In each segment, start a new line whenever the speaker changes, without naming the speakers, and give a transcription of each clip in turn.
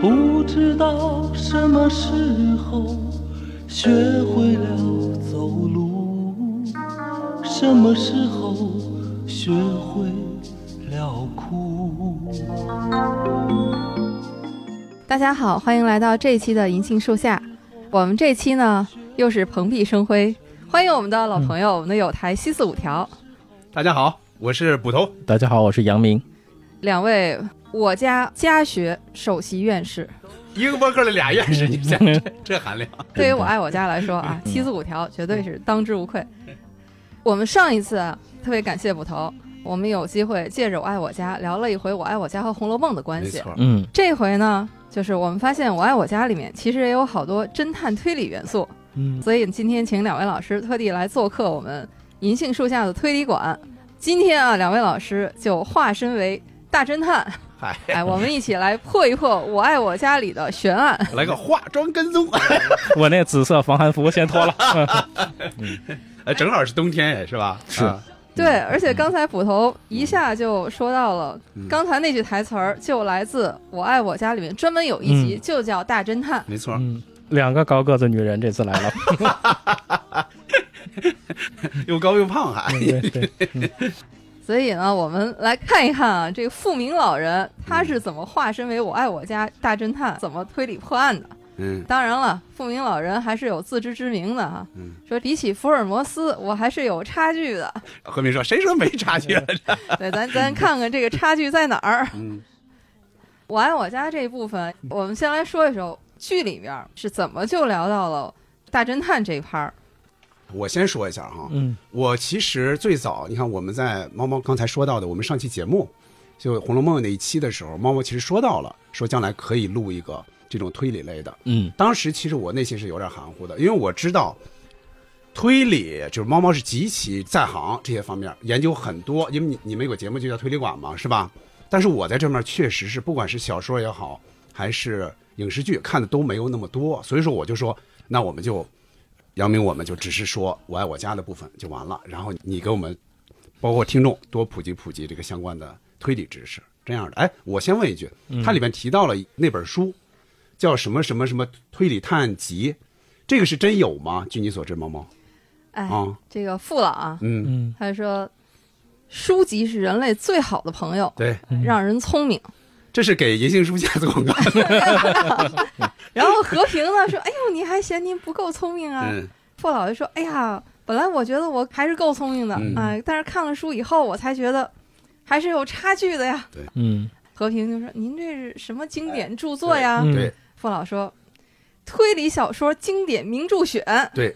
不知道什么时候学会了走路，什么时候学会了哭。
大家好，欢迎来到这一期的银杏树下。我们这期呢，又是蓬荜生辉，欢迎我们的老朋友，我们的友台西四五条
大家好，我是捕头。
大家好，我是杨明。
两位我家家学首席院 士。
一个播客里俩 院士，你这
嗯
这这含量，
对于我爱我家来说
嗯
啊，七四五条绝对是当之无愧。我们上一次啊，特别感谢捕头，我们有机会借着我爱我家聊了一回我爱我家和《红楼梦》的关
没
系。
错。
嗯，
这回呢，就是我们发现《我爱我家》里面其实也有好多侦探推理元素，
嗯，
所以今天请两位老师特地来做客我们银杏树下的推理馆。今天啊，两位老师就化身为大侦探，
嗨，
哎，我们一起来破一破《我爱我家》里的悬案。
来个化妆跟踪，
我那紫色防寒服先脱 了。
哎，正好是冬天哎，是吧？
是
啊
对，而且刚才捕头一下就说到了，
嗯
刚才那句台词儿就来自《我爱我家》里面，专门有一集
嗯
就叫《大侦探》
没错，
嗯，两个高个子女人这次来 了。
又高又胖啊还。
对对，
所以呢，我们来看一看啊，这个富明老人他是怎么化身为《我爱我家》大侦探，怎么推理破案的。
嗯
当然了，富明老人还是有自知之明的哈，
嗯，
说比起福尔摩斯，我还是有差距 的。
何明说：“谁说没差距
嗯
了？”
对，咱咱看看这个差距在哪儿。
嗯
我爱我家这一部分，我们先来说一说剧里边是怎么就聊到了大侦探这一趴儿。
我先说一下哈，
嗯
我其实最早，你看我们在猫猫刚才说到的，我们上期节目就《红楼梦》那一期的时候，猫猫其实说到了，说将来可以录一个这种推理类的。
嗯
当时其实我内心是有点含糊的，因为我知道推理就是猫猫是极其在行这些方面，研究很多。因为你你们有个节目就叫推理馆嘛，是吧？但是我在这面确实是，不管是小说也好，还是影视剧看的都没有那么多，所以说我就说，那我们就杨明，我们就只是说我爱我家的部分就完了，然后你给我们包括听众多普及普及这个相关的推理知识，这样的。哎，我先问一句，它里面提到了那本书叫什么什么什么推理探案集，这个是真有吗？据你所知，猫猫
哎，
啊，
这个父老啊，
嗯，
嗯，
他说，书籍是人类最好的朋友，
对，
让人聪明。
这是给银杏树下的广告，
然后和平呢说，哎呦，你还嫌您不够聪明啊？
嗯，
父老就说，哎呀，本来我觉得我还是够聪明的，
嗯
哎，但是看了书以后，我才觉得还是有差距的呀。
嗯
和平就说，您这是什么经典著作呀？
嗯
对
父老说，推理小说经典名著选。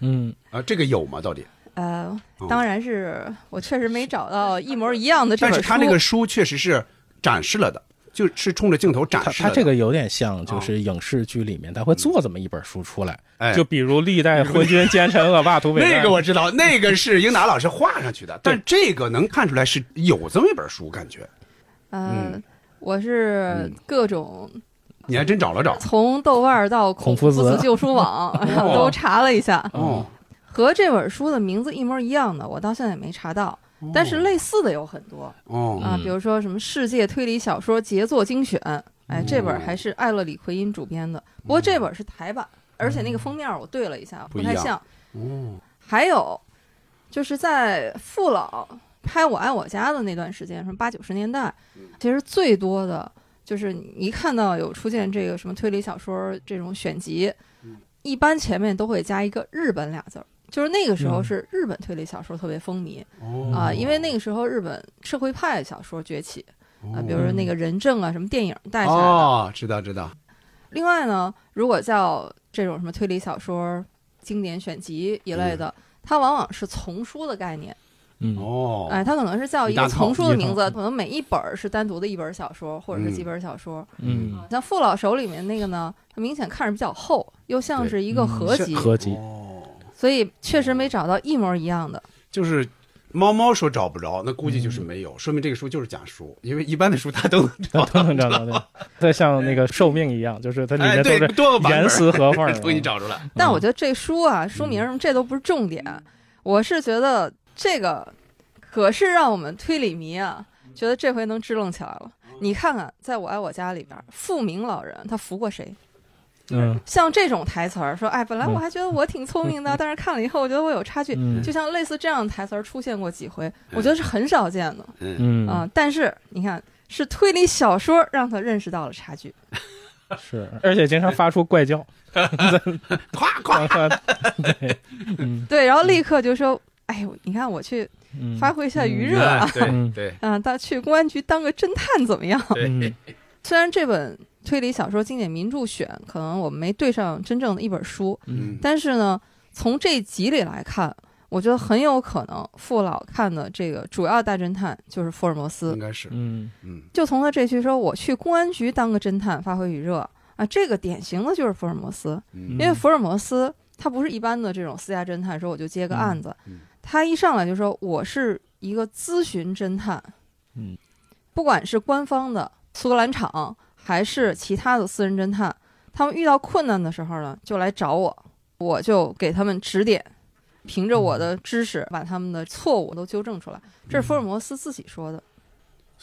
嗯
啊，这个有吗？到底？
呃
哦，
当然是我确实没找到一模一样的这
但
本
是
书。
他那个书确实是展示了的，就是冲着镜头展
他
示了
他
的。
这个有点像，就是影视剧里面他会做这么一本书出来，
哎
哦就比如历代昏君、奸臣、恶霸、土 匪
那
战。
个我知道，那个是英达老师画上去的，但这个能看出来是有这么一本书，感觉
呃，
嗯
我是各种
你还真找了找。
从豆瓣儿到
孔
夫
夫子
旧书 网都查了一下，
哦，
和这本书的名字一模一样的，我到现在也没查到。但是类似的有很多
哦，
啊，
嗯
比如说什么《世界推理小说杰作精选》，哎，
嗯
这本还是艾勒里奎因主编的，不过这本是台版，而且那个封面我对了一下，
嗯不
不太
一样
像。
哦，
还有就是在父老拍《我爱我家》的那段时间，什么八九十年代，
嗯
其实最多的就是你一看到有出现这个什么推理小说这种选集，
嗯
一般前面都会加一个日本俩字儿。就是那个时候
嗯
是日本推理小说特别风靡
哦
啊、因为那个时候日本社会派小说崛起啊、比如说那个人证啊，什么电影带起来的。
哦，知道知道，
另外呢，如果叫这种什么推理小说、经典选集一类
嗯
的，它往往是丛书的概念。
嗯
哦，
哎，它可能是叫一
一
个
大套
丛书的名
一
字，
大
可能每一本儿是单独的一本小说，或者是几本小说。
嗯，
像傅老手里面那个呢，它明显看着比较厚，又像是一个合集，
合集。
嗯哦，
所以确实没找到一模一样的。
就是。猫猫说找不着，那估计就是没有，说明这个书就是假书，因为一般的书它都 能
那都能找到对，它像那个寿命一样，就是它里
哎，
面都
对，
是
多个版本
严丝合缝儿啊
都给你找出来。
但
嗯
我觉得这书啊，书名儿这都不是重点，我是觉
嗯
得这个可是让我们推理迷啊，觉得这回能支棱起来了。你看看，在我爱我家里边，富明老人他服过谁？
嗯
像这种台词儿，说哎，本来我还觉得我挺聪明的， 但是看了以后，我觉得我有差距。
嗯
就像类似这样的台词儿出现过几回，我觉得是很少见的啊、
嗯
但是你看，是推理小说让他认识到了差距。
是，而且经常发出怪叫，
夸夸，
夸夸， 对，嗯
对，然后立刻就说：“哎呦，你看我去
嗯，
发挥一下余热
哎
啊，
对
嗯
对
嗯，到、去公安局当个侦探怎么样
对，
嗯
虽然这本推理小说经典名著选可能我们没对上真正的一本书，
嗯
但是呢，从这集里来看，我觉得很有可能傅老看的这个主要大侦探就是福尔摩斯
应。该是，
嗯
嗯
就从他这句说“我去公安局当个侦探，发挥余热”啊，这个典型的就是福尔摩斯，
嗯
因为福尔摩斯他不是一般的这种私家侦探，说我就接个案子，
嗯嗯
他一上来就说我是一个咨询侦探，
嗯，
不管是官方的苏格兰场，还是其他的私人侦探，他们遇到困难的时候呢，就来找我，我就给他们指点，凭着我的
嗯
知识把他们的错误都纠正出来。这是福尔摩斯自己说的，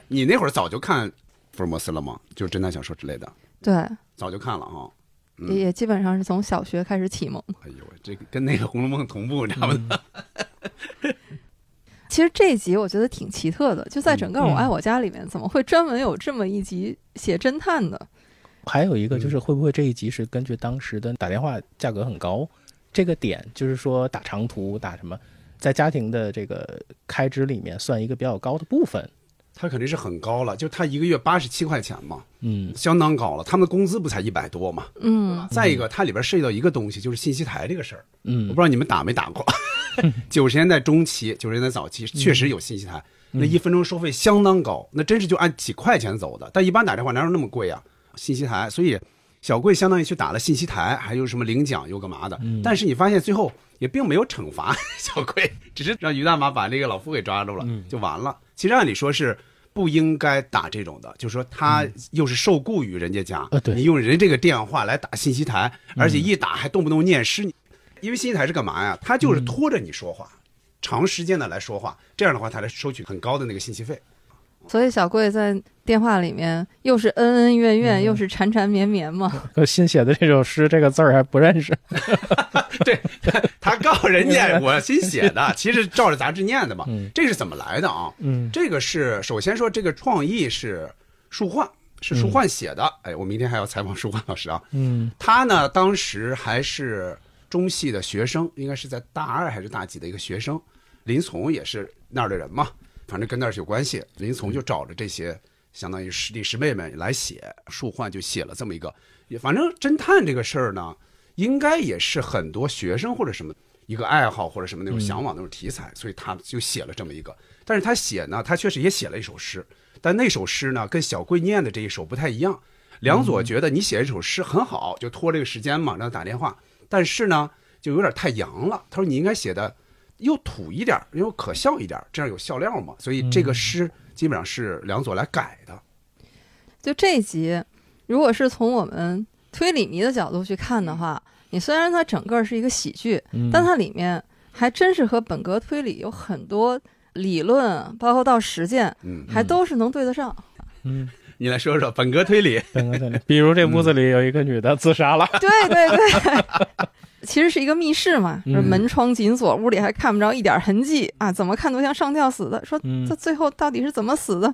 你那会儿早就看福尔摩斯了吗？就是侦探小说之类的，
对，
早就看了啊。嗯
也也基本上是从小学开始启蒙。
哎呦，这个跟那个《红楼梦》同步，你知道
嗯
吗？
其实这一集我觉得挺奇特的，就在整个《
嗯
我爱我家》里面，怎么会专门有这么一集写侦探的？
还有一个就是，会不会这一集是根据当时的打电话价格很高这个点，就是说打长途打什么，在家庭的这个开支里面算一个比较高的部分。
他肯定是很高了，就他一个月八十七块钱嘛，
嗯
相当高了。他们的工资不才一百多嘛？
嗯，
再一个，它里边涉及到一个东西，就是信息台这个事儿。我不
嗯
知道你们打没打过。 九十年代中期，九十年代早期确实有信息台，那一分钟收费相当高，那真是就按几块钱走的。但一般打电话哪有那么贵啊？信息台，所以小贵相当于去打了信息台，还有什么领奖又干嘛的。
嗯
但是你发现最后也并没有惩罚 小贵，只是让于大妈把这个老夫给抓住了，
嗯
就完了。其实按理说是。不应该打这种的，就是说他又是受雇于人家家，
嗯呃对嗯
你用人家这个电话来打信息台，而且一打还动不动念诗，因为信息台是干嘛呀？他
嗯
就是拖着你说话，长时间的来说话，这样的话他来收取很高的那个信息费。
所以小贵在电话里面又是恩恩怨怨，
嗯
又是缠缠绵绵嘛。
我新写的这首诗，这个字儿还不认识。
对，他告人 家我新写的，其实照着杂志念的嘛
嗯。
这是怎么来的啊？
嗯
这个是首先说这个创意是舒焕，是舒焕写的。哎，我明天还要采访舒焕老师啊。
嗯
他呢，当时还是中戏的学生，应该是在大二还是大几的一个学生。林从也是那儿的人嘛，反正跟那儿是有关系。林从就找着这些相当于师弟师妹们来写，树焕就写了这么一个。也反正侦探这个事儿呢，应该也是很多学生或者什么一个爱好或者什么那种向往那种题材，所以他就写了这么一个。但是他写呢，他确实也写了一首诗，但那首诗呢跟小贵念的这一首不太一样。梁左觉得你写一首诗很好，就拖这个时间嘛，让他打电话。但是呢，就有点太洋了。他说你应该写的又土一点儿，又可笑一点儿，这样有笑料嘛。所以这个诗基本上是梁左来改的。
就这一集，如果是从我们推理迷的角度去看的话，你虽然它整个是一个喜剧，
嗯
但它里面还真是和本格推理有很多理论，包括到实践，
嗯，
还都是能对得上。
嗯，
你来说说本格推理。
刚刚在那，比如这屋子里有一个女的自杀了，
对对对， 其实是一个密室嘛，
嗯
就是门窗紧锁，屋里还看不着一点痕迹啊，怎么看都像上吊死的。说
嗯
他最后到底是怎么死的？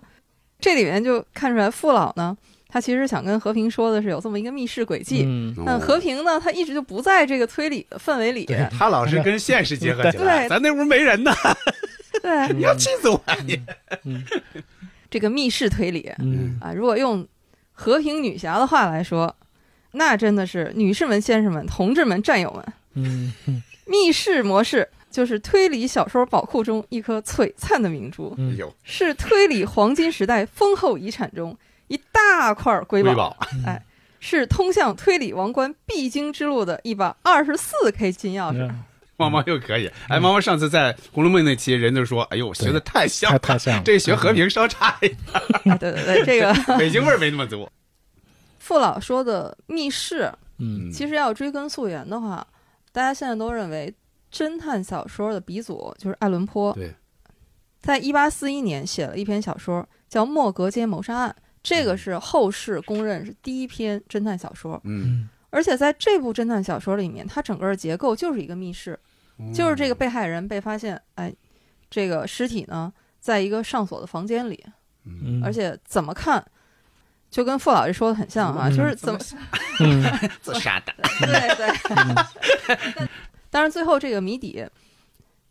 这里面就看出来傅老呢，他其实想跟和平说的是有这么一个密室轨迹。
嗯
但和平呢，他一直就不在这个推理的氛围里。
对
他老是跟现实结合起来，
对
咱那屋没人呢，
对
你要气死我！你
这个密室推理
嗯
啊，如果用和平女侠的话来说，那真的是女士们、先生们、同志们、战友们，
嗯
密室模式就是推理小说宝库中一颗璀璨的明珠，
哎
嗯
呦，
是推理黄金时代丰厚遗产中一大块瑰宝，哎
瑰宝，
是通向推理王冠必经之路的一把二十四 K 金钥匙。
嗯，
猫猫又可以。哎，猫猫上次在《红楼梦》那期，人就说：“哎呦，学的太像
太
了，
太像了，
这学和平稍差一点，
啊，对对对，这个
北京味儿没那么足。
傅老说的密室，
嗯
其实要追根溯源的话，大家现在都认为侦探小说的鼻祖就是爱伦坡。
对，
在一八四一年写了一篇小说叫《莫格街谋杀案》，这
嗯
个是后世公认是第一篇侦探小说。
嗯，
而且在这部侦探小说里面，它整个结构就是一个密室，
嗯
嗯
就是这个被害人被发现，哎，这个尸体呢，在一个上锁的房间里，
嗯，
而且怎么看，就跟傅老师说的很像啊，
嗯
就是怎么
嗯
自杀的，
对对。 但是最后这个谜底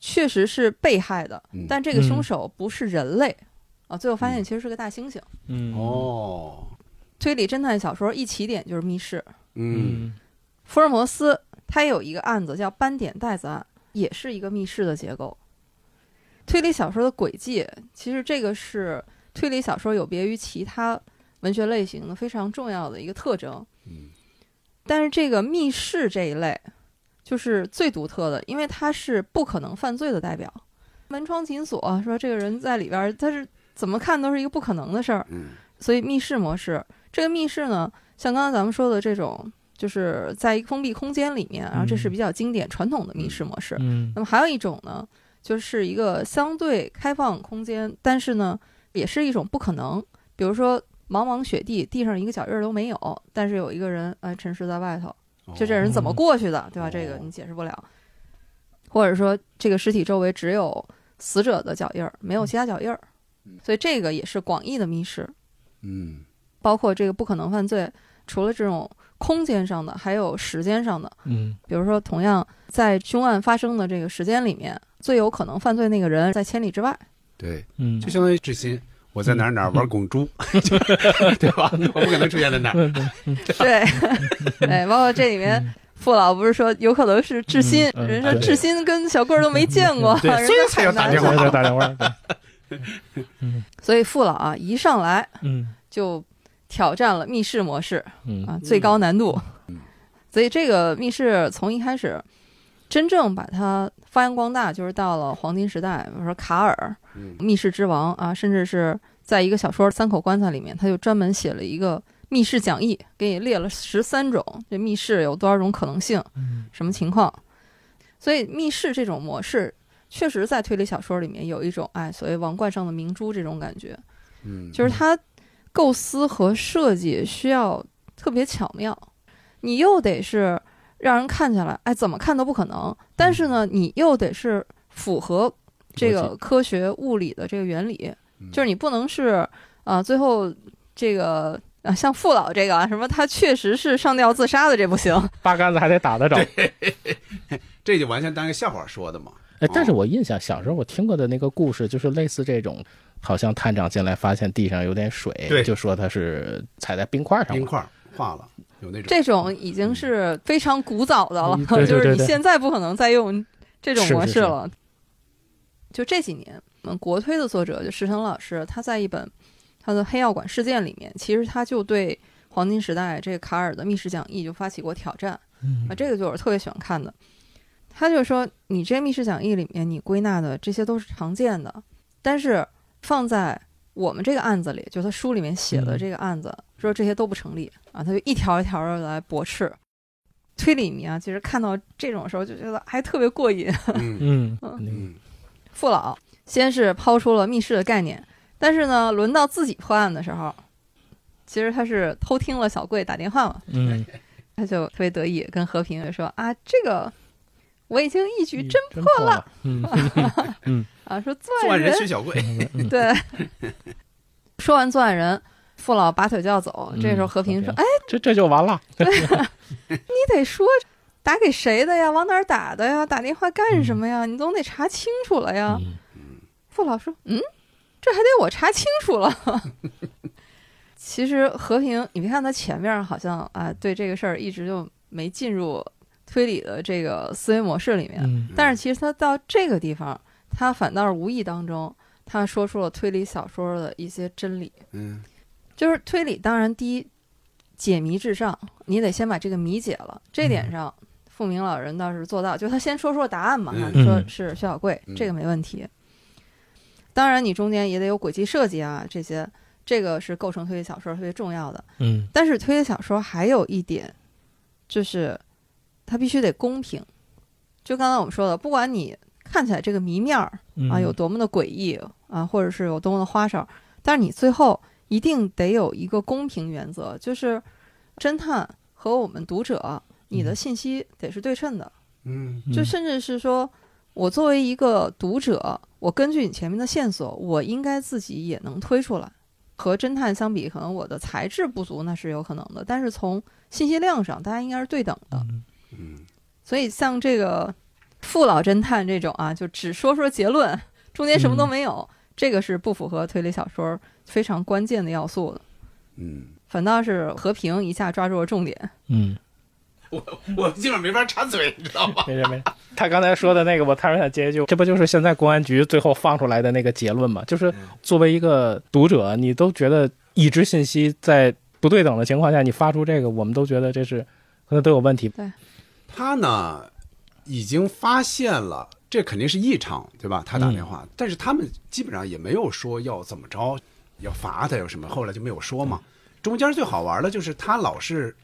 确实是被害的，
嗯
但这个凶手不是人类、啊。最后发现其实是个大猩猩。
嗯
哦，
推理侦探小说一起点就是密室，
嗯
嗯
福尔摩斯他有一个案子叫斑点袋子案，也是一个密室的结构。推理小说的轨迹，其实这个是推理小说有别于其他文学类型的非常重要的一个特征。
嗯
但是这个密室这一类，就是最独特的，因为它是不可能犯罪的代表。门窗紧锁，说这个人在里边儿，他是怎么看都是一个不可能的事儿。
嗯
所以密室模式，这个密室呢，像刚才咱们说的这种，就是在一个封闭空间里面，啊然后这是比较经典传统的密室模式。
嗯
那么还有一种呢，就是一个相对开放空间，但是呢，也是一种不可能。比如说茫茫雪地，地上一个脚印儿都没有，但是有一个人哎沉尸在外头，
哦
就这人怎
嗯
么过去的，对吧？这个你解释不了。或者说，这个尸体周围只有死者的脚印儿，没有其他脚印儿，所以这个也是广义的密室，
嗯
包括这个不可能犯罪。除了这种空间上的，还有时间上的，
嗯
比如说，同样在凶案发生的这个时间里面，最有可能犯罪那个人在千里之 外。
对，嗯
嗯
就相当于志新。我在哪儿哪儿玩拱猪，就 对吧？我不可能出现在那儿。
对，对，包括这里面，傅老不是说有可能是志新，
嗯嗯嗯
人说
对
志新跟小棍儿都没见过，
对
人
所以
家
才要打
很难
电话
对打电话，对
所以傅老啊，一上来
嗯
就挑战了密室模式
嗯
啊，最高难度
嗯。
所以这个密室从一开始，真正把它发扬光大，就是到了黄金时代，比如说卡尔，
嗯
密室之王啊，甚至是在一个小说《三口棺材》里面，他就专门写了一个密室讲义，给你列了十三种这密室有多少种可能性，
嗯
什么情况。所以密室这种模式，确实在推理小说里面有一种哎，所谓王冠上的明珠这种感觉，
嗯，
就是它构思和设计需要特别巧妙，你又得是让人看起来哎怎么看都不可能，但是呢，你又得是符合这
嗯逻
个科学物理的这个原理，
嗯
就是你不能是啊、最后这个啊，像傅老这个啊，什么他确实是上吊自杀的，这不行。
八竿子还得打得着。
这就完全当一个笑话说的嘛。
哎，但是我印象小时候我听过的那个故事，就是类似这种，好像探长进来发现地上有点水，
对
就说他是踩在冰块上了
冰块儿化了，有那种
这种已经是非常古早的了，
嗯对对
就是
对
你
对
现在不可能再用这种
是
模
是
式
是
了。就这几年，我们国推的作者就石成老师，他在一本他的《黑药馆事件》里面，其实他就对黄金时代这个卡尔的密室讲义就发起过挑战。
嗯
啊，这个就是我特别喜欢看的。他就说，你这密室讲义里面你归纳的这些都是常见的，但是放在我们这个案子里，就他书里面写的
嗯
这个案子，说这些都不成立啊，他就一条一条的来驳斥。推理迷啊，其实看到这种时候就觉得还特别过瘾。
嗯
嗯
嗯
嗯
嗯
父老先是抛出了密室的概念，但是呢，轮到自己破案的时候，其实他是偷听了小贵打电话嘛，
嗯，
他就特别得意，跟和平就说啊，这个我已经一举
嗯
侦
真破了，嗯
啊，说作
作案
案
人
人
薛小贵，
嗯
对。说完作案人，父老拔腿就要走。
嗯
这时候和平说：“
和
哎，
这这就完了，
你得说打给谁的呀？往哪儿打的呀？打电话干什么呀？你总得查清楚了呀。
嗯
父老说：“嗯，这还得我查清楚了。” 其实和平，你别看他前面好像啊，对这个事儿一直就没进入推理的这个思维模式里面，
嗯
但是其实他到这个地方，他反倒是无意当中，他说出了推理小说的一些真理。
嗯
就是推理，当然第一，解谜至上，你得先把这个谜解了。这
嗯
点上，傅明老人倒是做到，就他先说出了答案嘛，
嗯
说是薛小贵，
嗯
这个没问题。当然，你中间也得有轨迹设计啊，这些，这个是构成推理小说特别重要的。
嗯
但是推理小说还有一点，就是它必须得公平。就刚才我们说的，不管你看起来这个谜面儿
嗯
啊有多么的诡异啊，或者是有多么的花哨，但是你最后一定得有一个公平原则，就是侦探和我们读者，你的信息得是对称的。
嗯
就
嗯
甚至是说，我作为一个读者，我根据你前面的线索，我应该自己也能推出来。和侦探相比，可能我的才智不足那是有可能的，但是从信息量上，大家应该是对等的。
嗯，
所以像这个父老侦探这种啊，就只说说结论，中间什么都
嗯
没有，这个是不符合推理小说非常关键的要素的。
嗯，
反倒是和平一下抓住了重点，
嗯，
我基本没法插嘴，你知道吗？
没事没事。他刚才说的那个，我突然想接一句，这不就是现在公安局最后放出来的那个结论吗？就是作为一个读者，你都觉得已知信息在不对等的情况下，你发出这个，我们都觉得这是可能都有问题。
他呢已经发现了，这肯定是异常，对吧？他打电
嗯
话，但是他们基本上也没有说要怎么着，要罚他有什么，后来就没有说嘛。中间最好玩的就是他老是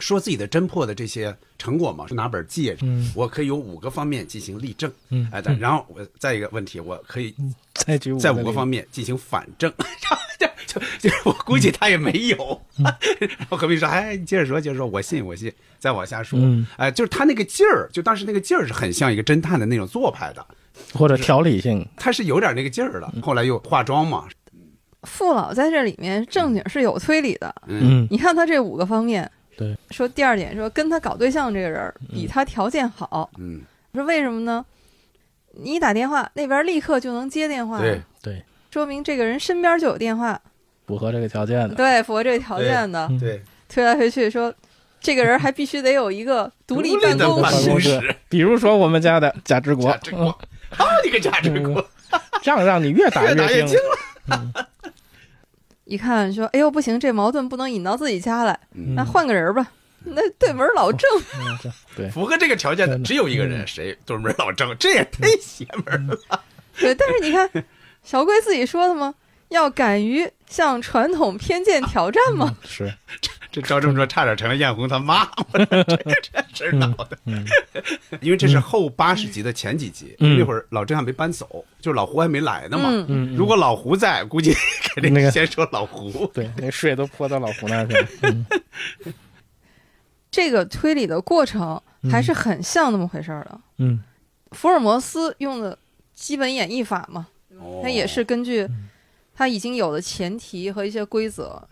说自己的侦破的这些成果嘛，说拿本记，
嗯
我可以有五个方面进行例证，
嗯
哎，但然后我再一个问题，我可以
再举
在
五
五
个
个
例
方面进行反证， 就就就是我估计他也没有。
嗯
然后何必说，哎，你接着说，接着说，我信，我信，再往下说。
嗯
哎，就是他那个劲儿，就当时那个劲儿是很像一个侦探的那种做派的，
子或者条理性，
他是有点那个劲儿的。
嗯
后来又化妆嘛，
父老在这里面正经是有推理的。
嗯
嗯
你看他这五个方面，
对，嗯
说第二点说跟他搞对象这个人儿比他条件好，
嗯，
说为什么呢？你一打电话，那边立刻就能接电话，
对，
对，
说明这个人身边就有电话，
符合这个条件的。
对，符合这个条件的。
嗯
嗯对，
推来推去说，这个人还必须得有一个独立办
的
公
办
室。
公
公室
室，
比如说我们家的贾志国
贾，志国，啊，你个贾志国，
嗯仗让你越打
越打越精
精。
了。
一看说，哎呦不行，这矛盾不能引到自己家来，
嗯
那换个人吧。那对门老郑，
嗯这对，
符合这个条件的只有一个
嗯
人，谁？对门老郑，这也太邪门了。
对，但是你看，小龟自己说的嘛，要敢于向传统偏见挑战嘛。
是，
这照这么说，差点成了艳红他妈，我这 这事儿闹的。
嗯
因为这是后八十集的前几集，
嗯
那会儿老郑还没搬走，就是老胡还没来呢嘛。
嗯，
嗯，
如果老胡在，估计肯
那
定
个
先说老胡。
对那水都泼到老胡那儿去了。嗯
这个推理的过程还是很像那么回事儿的。
嗯
福尔摩斯用的基本演绎法嘛，
哦
它也是根据它已经有的前提和一些规则，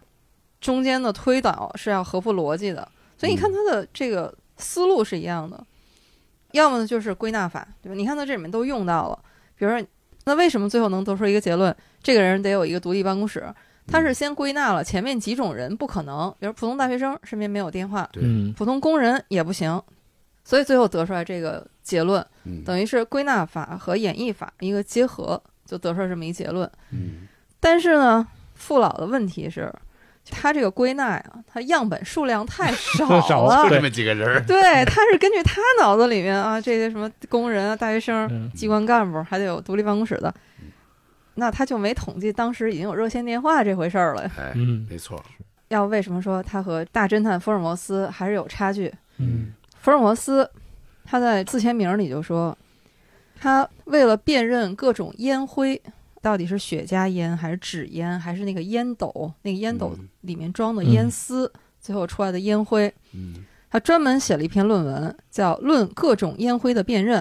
中间的推导是要合乎逻辑的。所以你看它的这个思路是一样的，要么呢就是归纳法，对吧？你看它这里面都用到了，比如说，那为什么最后能得出一个结论？这个人得有一个独立办公室，他是先归纳了前面几种人不可能，比如普通大学生身边没有电话，
对
嗯
普通工人也不行，所以最后得出来这个结论。
嗯
等于是归纳法和演绎法一个结合，就得出了这么一结论。
嗯
但是呢，父老的问题是，他这个归纳呀、它样本数量太少了。
少
就
对
这么几个人儿。
对，他是根据他脑子里面啊，这些什么工人啊、大学生、
嗯
机关干部，还得有独立办公室的，那他就没统计当时已经有热线电话这回事儿了。
哎，
嗯
没错。
要为什么说他和大侦探福尔摩斯还是有差距？
嗯
福尔摩斯他在自签名里就说，他为了辨认各种烟灰到底是雪茄烟还是纸烟，还是那个烟斗，那个烟斗
嗯
里面装的烟丝，最后出来的烟灰，
嗯
他专门写了一篇论文，叫《论各种烟灰的辨认》。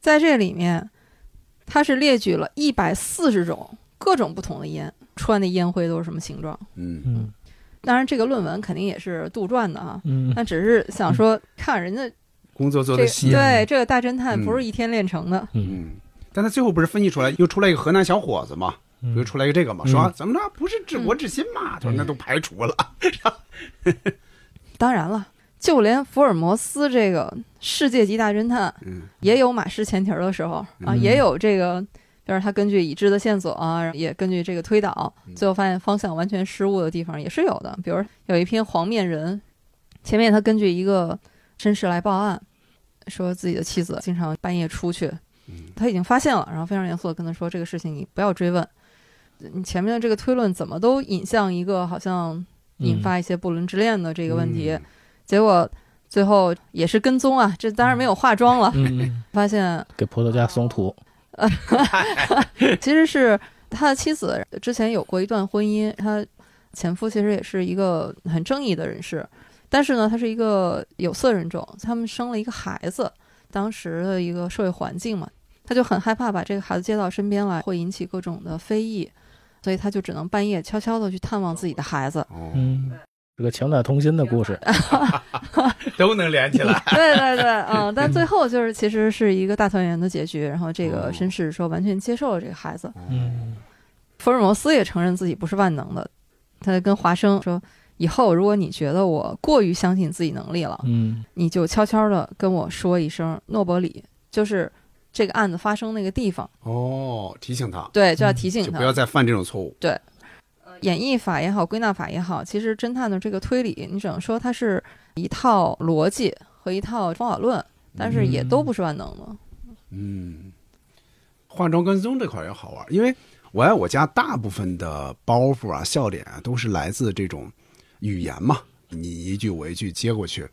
在这里面，他是列举了一百四十种各种不同的烟，出来的烟灰都是什么形状。
嗯
嗯
当然，这个论文肯定也是杜撰的啊，
嗯
但只是想说，看人家
工作做
这
的
个
细。
对，哎这个大侦探
嗯
不是一天练成的。
嗯，但他最后不是分析出来，又出来一个河南小伙子嘛，
嗯
又出来一个这个嘛，
嗯
说啊怎么着不是治
嗯
国治心嘛？他说那都排除了。
当然了，就连福尔摩斯这个世界级大侦探，
嗯
也有马失前蹄儿的时候啊，
嗯
也有这个，就是他根据已知的线索啊，也根据这个推导，
嗯
最后发现方向完全失误的地方也是有的。比如有一篇黄面人，前面他根据一个绅士来报案，说自己的妻子经常半夜出去，
嗯
他已经发现了，然后非常严肃的跟他说：“这个事情你不要追问，你前面的这个推论怎么都引向一个好像
嗯
引发一些不伦之恋的这个问题。
嗯
结果最后也是跟踪啊，这当然没有化妆了，
嗯，嗯
发现
给葡萄架松土。
其实是他的妻子之前有过一段婚姻，他前夫其实也是一个很正义的人士，但是呢，他是一个有色人种，他们生了一个孩子，当时的一个社会环境嘛，他就很害怕把这个孩子接到身边来，会引起各种的非议，所以他就只能半夜悄悄的去探望自己的孩子。
哦，
嗯，这个强打童心的故事，
都能连起 来。
对对对，嗯，但最后就是其实是一个大团圆的结局，然后这
哦
个绅士说完全接受了这个孩子。
嗯，
福尔摩斯也承认自己不是万能的，他就跟华生说：“以后如果你觉得我过于相信自己能力了，
嗯，
你就悄悄的跟我说一声，诺伯里就是这个案子发生那个地方，
哦，提醒他，
对，就要提
就
醒
不要
他。
再犯这种错误。
演绎法也好，归纳法也好，其实侦探的这个推理，你只能说它是一套逻辑和一套方法论，但是也都不是万能的。
嗯，化妆跟踪这块儿也好玩儿，因为我爱我家大部分的包袱啊、笑点啊，都是来自这种语言嘛，你一句我一句接过去，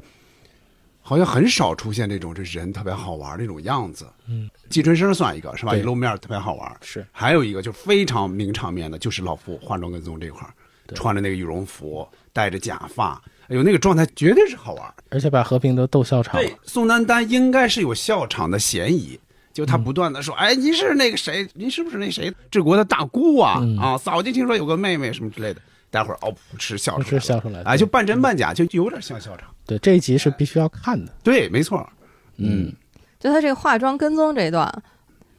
好像很少出现这种这人特别好玩儿那种样子。
嗯，
季春生算一个是吧？
对
一露面儿特别好玩儿。
是
还有一个就非常名场面的，就是老夫化妆跟踪这块儿，
对
穿着那个羽绒服，戴着假发，哎呦，那个状态绝对是好玩儿。
而且把和平都逗笑场
对
了，，
宋丹丹应该是有笑场的嫌疑。就他
嗯
不断的说：“哎，您是那个谁？您是不是那谁？治国的大姑啊？
嗯
啊，早就听说有个妹妹什么之类的。”待会儿哦，噗嗤笑
不
出
是
来了，
笑出来的。
哎，就半真半假，就就有点像笑场。
对这一集是必须要看的，
对，没错。嗯，
就他这个化妆跟踪这一段，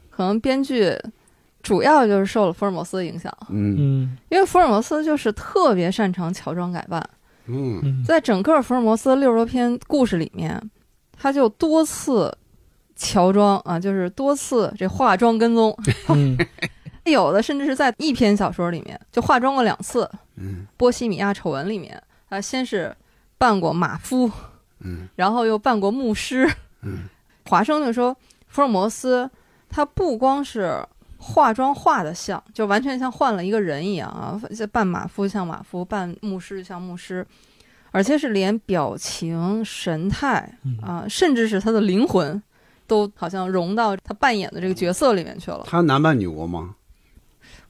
可能编剧主要就是受了福尔摩斯的影响，
嗯
嗯
因为福尔摩斯就是特别擅长乔装改扮，
嗯
嗯
在整个福尔摩斯六十多篇故事里面，他就多次乔装啊，就是多次这化妆跟踪，
嗯，
有的甚至是在一篇小说里面就化妆过两次，
嗯
《波西米亚丑闻》里面，啊，先是扮过马夫，
嗯，
然后又扮过牧师，
嗯，
华生就说，福尔摩斯他不光是化妆化的像，就完全像换了一个人一样啊，扮马夫像马夫，扮牧师像牧师，而且是连表情、神态啊，甚至是他的灵魂。都好像融到他扮演的这个角色里面去了。
他男扮女国吗？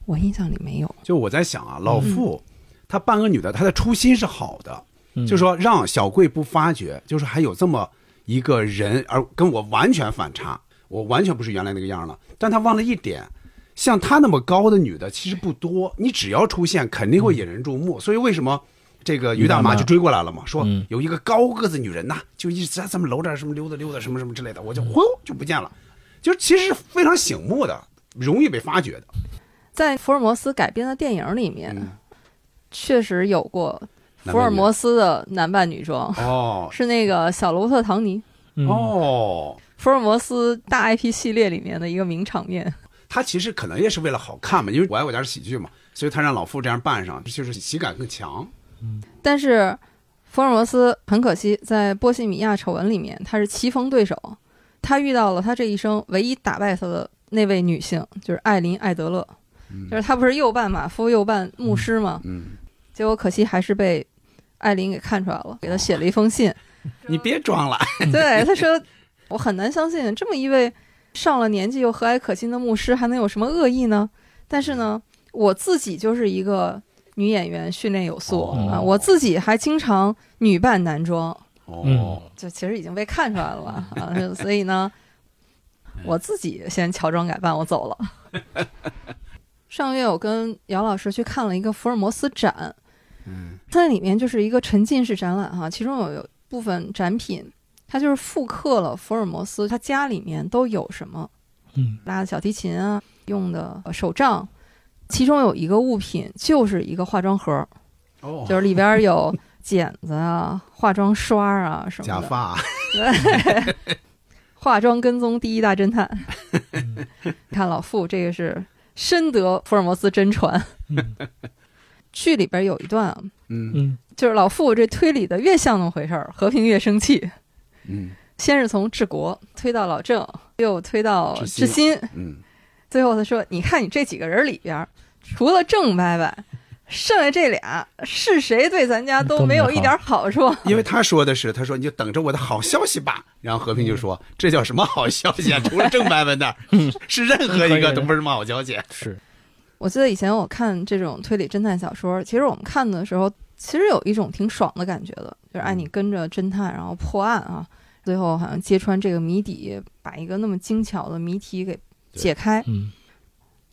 我印象里没有，
就我在想啊，老傅他扮个女的，他的初心是好的，
嗯
就说让小贵不发觉，就是还有这么一个人，而跟我完全反差，我完全不是原来那个样了。但他忘了一点，像他那么高的女的其实不多，你只要出现，肯定会引人注目。所以为什么？这个嗯于大妈就追过来了嘛，说
嗯
有一个高个子女人呐，就一直在咱们楼这儿什么溜达溜达什么什么之类的，我就呼就不见了，就其实是非常醒目的，容易被发掘的。
在福尔摩斯改编的电影里面，
嗯
确实有过福尔摩斯的男扮女装，
哦
是那个小罗伯特·唐尼，
嗯
哦，
福尔摩斯大 IP 系列里面的一个名场面。
他其实可能也是为了好看嘛，因为我爱我家是喜剧嘛，所以他让老傅这样扮上，就是喜感更强。
但是福尔摩斯很可惜，在《波西米亚丑闻》里面，他是棋逢对手，他遇到了他这一生唯一打败他的那位女性，就是艾琳·艾德勒，就是他不是又扮马夫又扮牧师吗？
嗯，
结果可惜还是被艾琳给看出来了，给他写了一封信。
你别装了，
对，他说我很难相信这么一位上了年纪又和蔼可亲的牧师还能有什么恶意呢？但是呢，我自己就是一个女演员，训练有素、
哦
啊，我自己还经常女扮男装，
哦，
就其实已经被看出来了吧啊， 所以呢，我自己先乔装改扮，我走了。 上个月我跟姚老师去看了一个福尔摩斯展，
嗯，
它那里面就是一个沉浸式展览哈、其中有有部分展品，它就是复刻了福尔摩斯他家里面都有什么，
嗯，
拉的小提琴啊，用的手杖，其中有一个物品就是一个化妆盒，
哦
就是里边有剪子啊、化妆刷啊什么
假
的，
发，
对， 化妆跟踪第一大侦探。 看老傅，这个是深得福尔摩斯真传。
嗯
剧里边有一段啊，
嗯
嗯
就是老傅这推理的越像那么回事儿，和平越生气。
嗯
先是从治国推到老郑，又推到
志新
志新，
嗯，
最后他说：“你看你这几个人里边儿，除了郑伯伯，剩下这俩是谁对咱家
都
都
没
没有一
好
点好处。”
因为他说的是，他说你就等着我的好消息吧。然后和平就说，
嗯
这叫什么好消息啊？除了郑白文那儿，是任何一个都不是什么好消息。
是
我记得以前我看这种推理侦探小说，其实我们看的时候，其实有一种挺爽的感觉的，就是哎，你
嗯
跟着侦探然后破案啊，最后好像揭穿这个谜底，把一个那么精巧的谜题给解开。
嗯，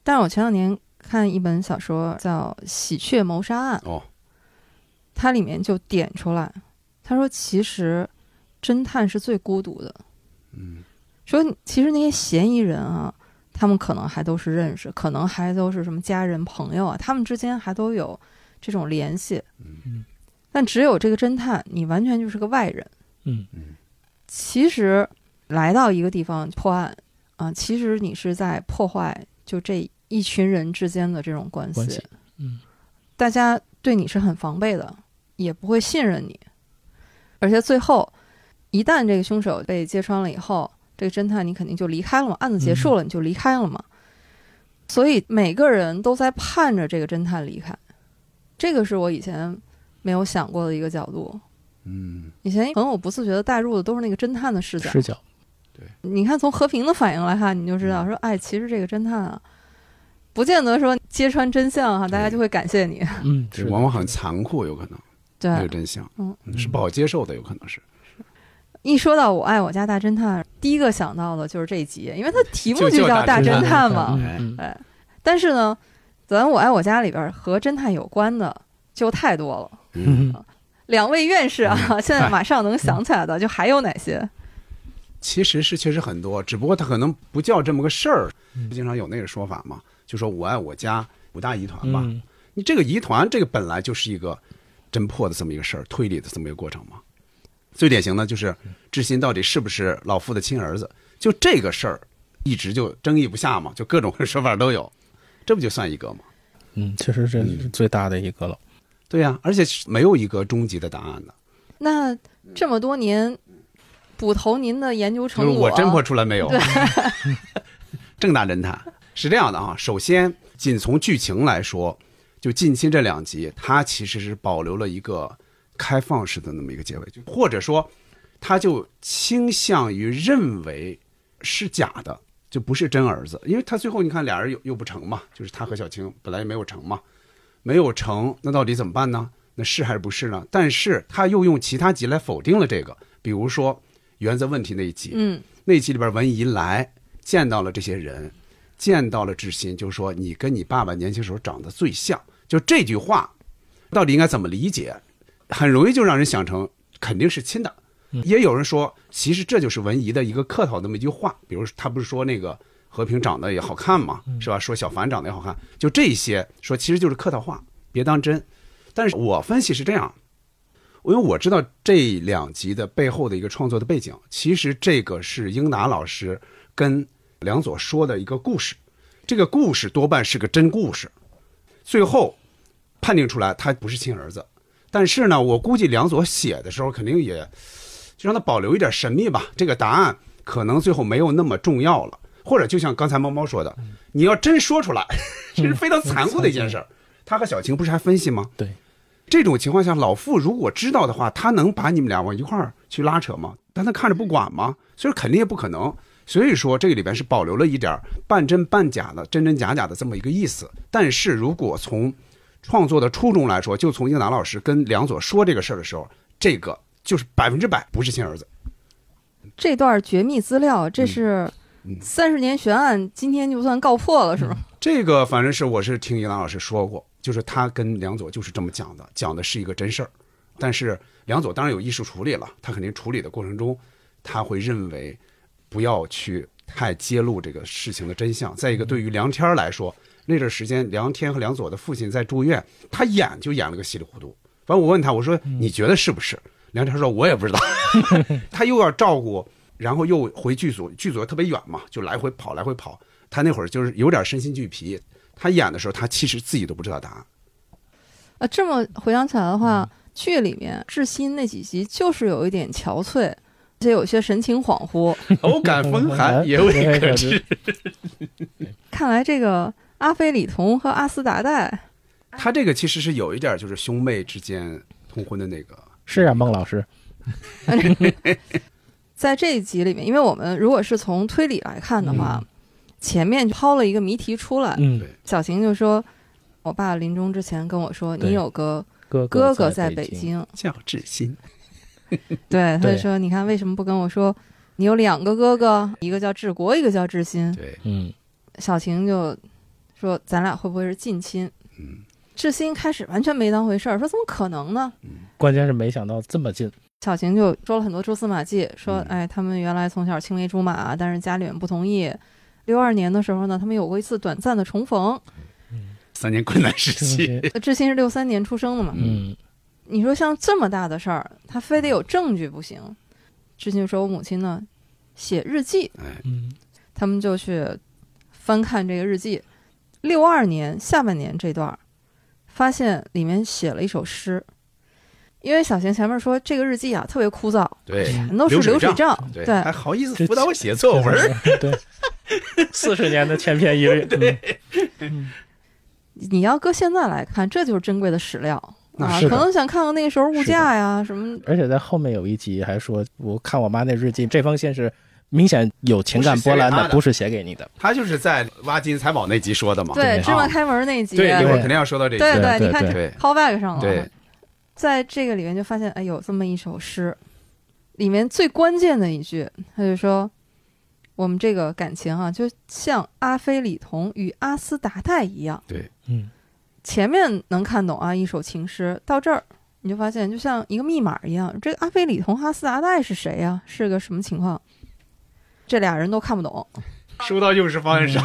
但是我前两年看一本小说叫《喜鹊谋杀案》，
哦，
它里面就点出来，他说其实侦探是最孤独的，
嗯，
说其实那些嫌疑人啊，他们可能还都是认识，可能还都是什么家人朋友啊，他们之间还都有这种联系。
嗯，
但只有这个侦探，你完全就是个外人。
嗯
嗯
其实来到一个地方破案啊，其实你是在破坏就这一群人之间的这种关系。
关系嗯
大家对你是很防备的，也不会信任你。而且最后，一旦这个凶手被揭穿了以后，这个侦探你肯定就离开了嘛，案子结束了你就离开了嘛。所以每个人都在盼着这个侦探离开，这个是我以前没有想过的一个角度。
嗯，
以前可能我不自觉的带入的都是那个侦探的视角，
视角，
你看，从和平的反应来看，你就知道说，哎，其实这个侦探啊，不见得说揭穿真相哈、大家就会感谢你。
嗯，
这
是的
往往很残酷，有可能那个
对，
真相，
嗯
是不好接受的，有可能是。
一说到我爱我家大侦探，第一个想到的就是这一集，因为它题目就叫大
大
侦
侦
探
探
嘛。
嗯嗯
哎，但是呢，咱我爱我家里边和侦探有关的就太多了。
嗯嗯
两位院士啊，现在马上能想起来的就还有哪些？
其实是确实很多，只不过他可能不叫这么个事儿
嗯，
经常有那个说法嘛，就说我爱我家五大疑团吧。
嗯
你这个疑团，这个本来就是一个侦破的这么一个事儿，推理的这么一个过程嘛。最典型的就是志新到底是不是老傅的亲儿子，就这个事儿一直就争议不下嘛，就各种 说法都有，这不就算一个嘛？
嗯，确实这是最大的一个了。
对呀、而且是没有一个终极的答案的，
那这么多年，捕头您的研究啊
就
成
是
果，
我侦破出来没 有？正大侦探是这样的啊，首先仅从剧情来说，就近期这两集，它其实是保留了一个开放式的那么一个结尾，就或者说，它就倾向于认为是假的，就不是真儿子，因为他最后你看俩人又又不成嘛，就是他和小青本来也没有成嘛，没有成，那到底怎么办呢？那是还是不是呢？但是他又用其他集来否定了这个，比如说原则问题那一集，
嗯
那一集里边文姨来见到了这些人，见到了志新，就说你跟你爸爸年轻时候长得最像，就这句话到底应该怎么理解，很容易就让人想成肯定是亲的。也有人说，其实这就是文姨的一个客套那么一句话，比如他不是说那个和平长得也好看嘛，是吧？说小凡长得也好看，就这些说其实就是客套话，别当真。但是我分析是这样，因为我知道这两集的背后的一个创作的背景，其实这个是英达老师跟梁左说的一个故事，这个故事多半是个真故事，最后判定出来他不是亲儿子，但是呢，我估计梁左写的时候肯定也就让他保留一点神秘吧，这个答案可能最后没有那么重要了，或者就像刚才猫猫说的，你要真说出来， 这是非常残酷的一件事儿。他和小晴不是还分析吗？
对，
这种情况下，老傅如果知道的话，他能把你们俩往一块儿去拉扯吗？但他看着不管吗？所以肯定也不可能。所以说，这个里边是保留了一点儿半真半假的、真真假假的这么一个意思。但是如果从创作的初衷来说，就从英达老师跟梁左说这个事儿的时候，这个就是百分之百不是亲儿子。
这段绝密资料，这是
嗯
三十年悬案，今天就算告破了，是吗？
这个反正是我是听英达老师说过，就是他跟梁左就是这么讲的，讲的是一个真事儿。但是梁左当然有艺术处理了，他肯定处理的过程中，他会认为不要去太揭露这个事情的真相。再一个，对于梁天儿来说，那段时间梁天和梁左的父亲在住院，他演就演了个稀里糊涂。反正我问他，我说你觉得是不是？梁天说，我也不知道。 他又要照顾，然后又回剧组，剧组又特别远嘛，就来回跑，来回跑。他那会儿就是有点身心俱疲。他演的时候，他其实自己都不知道答 案。
啊，这么回想起来的
嗯
话，剧里面志新那几集就是有一点憔悴，而且有些神情恍惚。
偶感风 寒，也未可知。。
看来这个阿菲里同和阿斯达代，
他这个其实是有一点就是兄妹之间通婚的那个，
是啊，孟老师，
在这一集里面，因为我们如果是从推理来看的话，前面抛了一个谜题出来，
嗯
对，
小晴就说：“我爸临终之前跟我说，
对
你有个哥
哥哥
哥在北
北京，
京。
叫志新，
对，他
对
就说：“你看为什么不跟我说？你有两个哥哥，一个叫志国，一个叫志新。
对，
嗯，”
小晴就说：“咱俩会不会是近亲
嗯？”
志新开始完全没当回事儿，说：“怎么可能呢
关键是没想到这么近，？”
小晴就说了很多蛛丝马迹，说
嗯：“
哎，他们原来从小青梅竹马，但是家里人不同意。六二年的时候呢，他们有过一次短暂的重逢。
三年困难时 期，
呃志新是六三年出生的嘛，
嗯
你说像这么大的事儿，他非得有证据不行。至今说我母亲呢写日记，
哎，
嗯
他们就去翻看这个日记，六二年下半年这段儿，发现里面写了一首诗。因为小贤前面说这个日记啊特别枯燥，
对
全都是流
流水
水账，
对，
对
还好意思
这
辅导我写作文 儿，
对，四十年的千篇一律，对，
你要搁现在来看，这就是珍贵的史料
那
啊。
是
可
的
能想看看那个时候物
是的
价呀什么，
而且在后面有一集还说，我看我妈那日记，这封信是明显有情感波澜
不是写给她的
不是写给你的，
他就是在挖金财宝那集说的嘛，
对
对
《芝麻
啊
开门》那集，
对，一会儿
对
肯定要说到这一
对
集，
对
你看
对
这
对
callback 上了啊。
对，
在这个里面就发现，哎，有这么一首诗，里面最关键的一句，他就说，我们这个感情啊，就像阿非里同与阿斯达代一样。
嗯，
前面能看懂啊，一首情诗，到这儿你就发现，就像一个密码一样，这个阿非里同阿斯达代是谁呀、是个什么情况？这俩人都看不懂，
书到用是方恨少，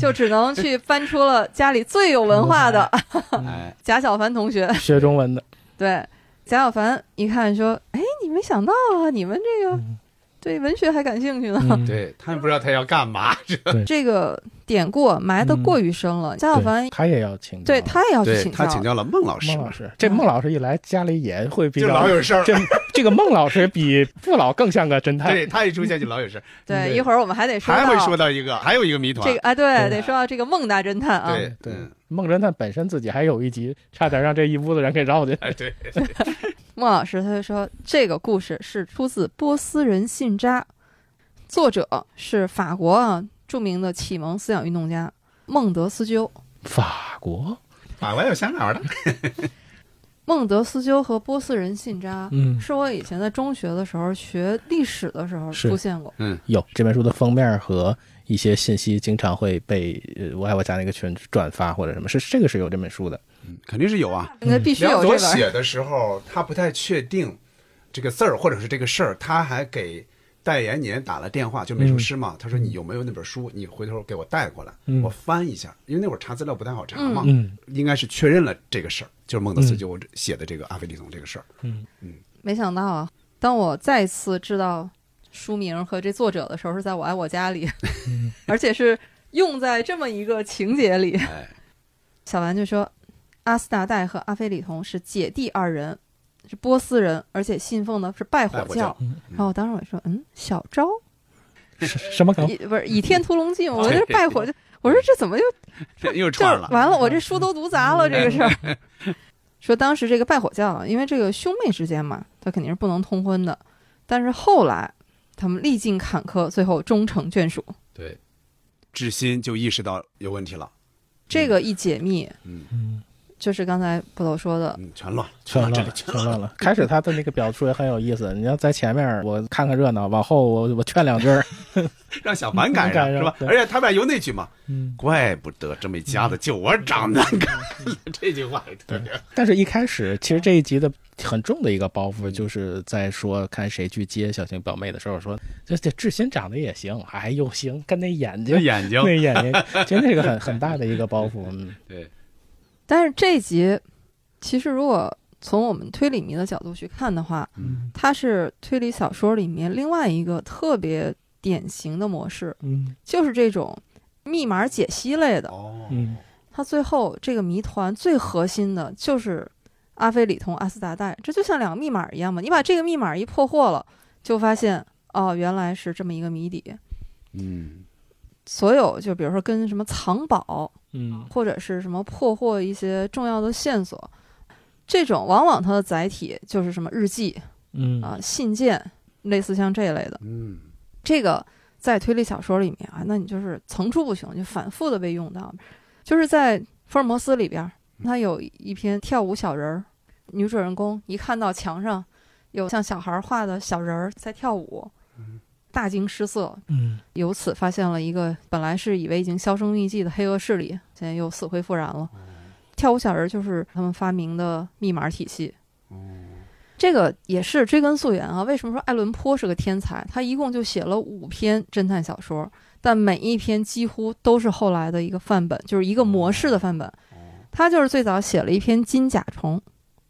就只能去翻出了家里最有文化的
哎，
贾小凡同学。
学中文的，
对，贾小凡一看说：“哎，你没想到啊，你们这个对文学还感兴趣呢。
嗯，
对他也不知道他要干嘛，这
这个典故啊埋得过于深了。贾小凡
对他也要请教，
嗯对他也要去
对
哦请
他请
教。
教了孟老师
孟，老师，这孟老师一来家里也会比
就
较
老有事 儿，
这这个孟老师比傅老更像个侦探，
对他一出现就老有事儿，
嗯对，
对
一会儿我们还得说
还
到
会说到一个，还有一个谜团
这个，啊，对，
对
得说到这个孟大侦探啊。
对
对
嗯，
孟侦探本身自己还有一集，差点让这一屋子人给绕进去。
哎对，
孟老师他就说，这个故事是出自《波斯人信札》，作者是法国啊著名的启蒙思想运动家孟德斯鸠。
法国，
法啊国还有香港的，
孟德斯鸠和波斯人信札，
嗯，
是我以前在中学的时候学历史的时候
是
出现过。
嗯
有这本书的封面和一些信息经常会被呃我爱我家那个群转发或者什么，是这个是有这本书的，
嗯肯定是有啊。
那必须
梁
有这
左
本儿，
写的时候，他不太确定这个字儿或者是这个事儿，他还给代言年打了电话，就每首诗嘛，他说你有没有那本书？你回头给我带过来，
嗯
我翻一下，因为那会儿查资料不太好查嘛，
嗯
应该是确认了这个事儿，就是孟德斯鸠写的这个阿非利同这个事儿。
嗯
没想到啊！当我再次知道书名和这作者的时候，是在我爱我家里，
嗯
而且是用在这么一个情节里。
哎，
小兰就说，阿斯达代和阿非里同是姐弟二人，是波斯人，而且信奉的是拜火
拜火教
嗯
然后我当时我说，嗯，小昭
是什么梗？
以不是《倚天屠龙 记》吗？我这拜火教，我说这怎么就
这又
就
串了，
完了，我这书都读砸了，这个事儿。 说当时这个拜火教啊，因为这个兄妹之间嘛，他肯定是不能通婚的。但是后来他们历尽坎坷，最后终成眷属。
对，志新就意识到有问题了，
这个一解密，
嗯
嗯，
就是刚才捕头说的，
嗯，全乱了，
全
了，
乱
这
了，
里
全乱了。开始他的那个表述也很有意思，你要在前面我看看热闹，往后我我劝两 句儿，
让小凡赶上
赶上
是吧？
对
而且他俩有那句嘛，
嗯。
怪不得这么一家子就我长得难看， 这句话也特别
但是，一开始其实这一集的很重的一个包袱，就是在说看谁去接小晴表妹的时候，说这这志新长得也行，哎呦行，跟那眼睛
那眼睛
那眼睛，真是个很很大的一个包袱。嗯，
对，
但是这集其实如果从我们推理迷的角度去看的话，
嗯
它是推理小说里面另外一个特别典型的模式，
嗯
就是这种密码解析类的。
哦
嗯
他最后这个谜团最核心的就是阿非里同阿斯达代，这就像两个密码一样嘛。你把这个密码一破获了，就发现哦，原来是这么一个谜底。
嗯，
所有就比如说跟什么藏宝
嗯
或者是什么破获一些重要的线索，这种往往它的载体就是什么日记啊
嗯
哦
啊、信件，类似像这类的。
嗯，
这个在推理小说里面啊，那你就是层出不穷，就反复的被用到。就是在福尔摩斯里边，他有一篇跳舞小人儿，女主人公一看到墙上有像小孩画的小人儿在跳舞，大惊失色，
嗯，
由此发现了一个本来是以为已经销声匿迹的黑恶势力，现在又死灰复燃了。跳舞小人就是他们发明的密码体系。这个也是追根溯源啊。为什么说爱伦坡是个天才？他一共就写了五篇侦探小说，但每一篇几乎都是后来的一个范本，就是一个模式的范本。他就是最早写了一篇《金甲虫》，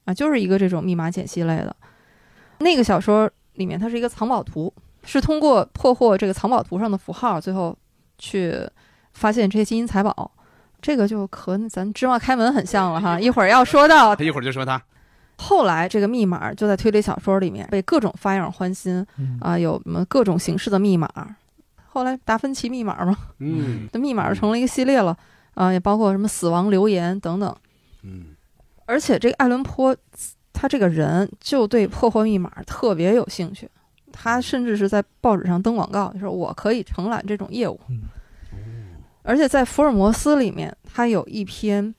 啊，就是一个这种密码解析类的。那个小说里面，它是一个藏宝图，是通过破获这个藏宝图上的符号，最后去发现这些金银财宝。这个就和咱芝麻开门很像了哈，一会儿要说到
他一会儿就说他
后来这个密码就在推理小说里面被各种发扬欢心
嗯
啊、有什么各种形式的密码。后来达芬奇密码嘛，
嗯
这密码成了一个系列了啊、也包括什么死亡留言等等。
嗯
而且这个爱伦坡，他这个人就对破获密码特别有兴趣，他甚至是在报纸上登广告，就说我可以承揽这种业务。
嗯
而且在福尔摩斯里面，他有一篇，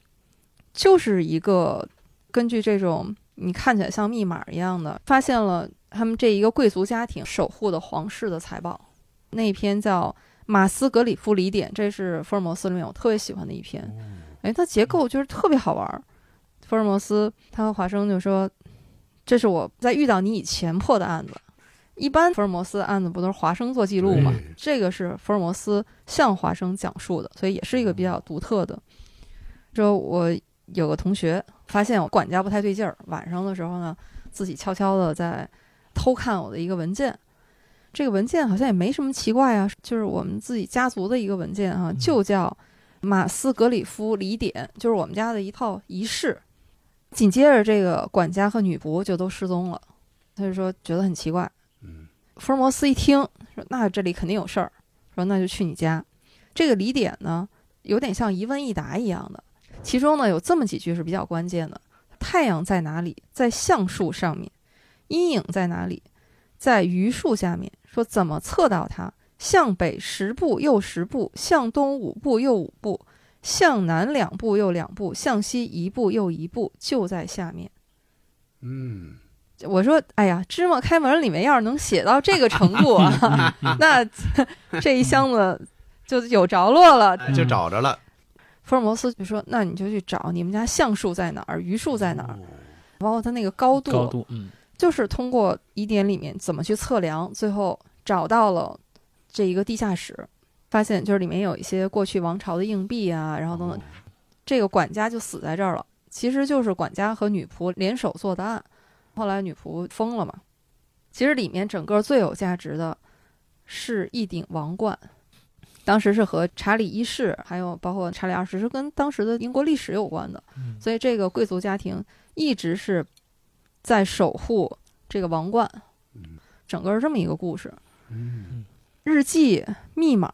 就是一个根据这种你看起来像密码一样的，发现了他们这一个贵族家庭守护的皇室的财宝。那一篇叫《马斯格里夫礼典》，这是福尔摩斯里面我特别喜欢的一篇。哎，它结构就是特别好玩儿。福尔摩斯他和华生就说：“这是我在遇到你以前破的案子。一般福尔摩斯的案子不都是华生做记录吗
对？
这个是福尔摩斯向华生讲述的，所以也是一个比较独特的。说我有个同学发现我管家不太对劲儿，晚上的时候呢，自己悄悄的在偷看我的一个文件。”这个文件好像也没什么奇怪啊，就是我们自己家族的一个文件啊，
嗯
就叫马斯格里夫礼典，就是我们家的一套仪式。紧接着，这个管家和女仆就都失踪了，他就说觉得很奇怪。
嗯
福尔摩斯一听说，那这里肯定有事儿，说那就去你家。这个礼典呢，有点像一问一答一样的，其中呢有这么几句是比较关键的：太阳在哪里？在橡树上面。阴影在哪里？在榆树下面。说怎么测到它？向北十步又十步，向东五步又五步，向南两步又两步，向西一步又一步，就在下面。
嗯，
我说，哎呀，芝麻开门里面要是能写到这个程度啊， 那这一箱子就有着落了。
哎就找着了，
福尔摩斯就说：“那你就去找你们家橡树在哪儿，榆树在哪儿，包括它那个高度，
高度，嗯，
就是通过疑点里面怎么去测量，最后找到了这一个地下室，发现就是里面有一些过去王朝的硬币啊，然后等等。这个管家就死在这儿了，其实就是管家和女仆联手做的案，后来女仆疯了嘛。其实里面整个最有价值的是一顶王冠，当时是和查理一世，还有包括查理二世是跟当时的英国历史有关的，
嗯
所以这个贵族家庭一直是在守护这个王冠，整个是这么一个故事。
嗯
日记、密码，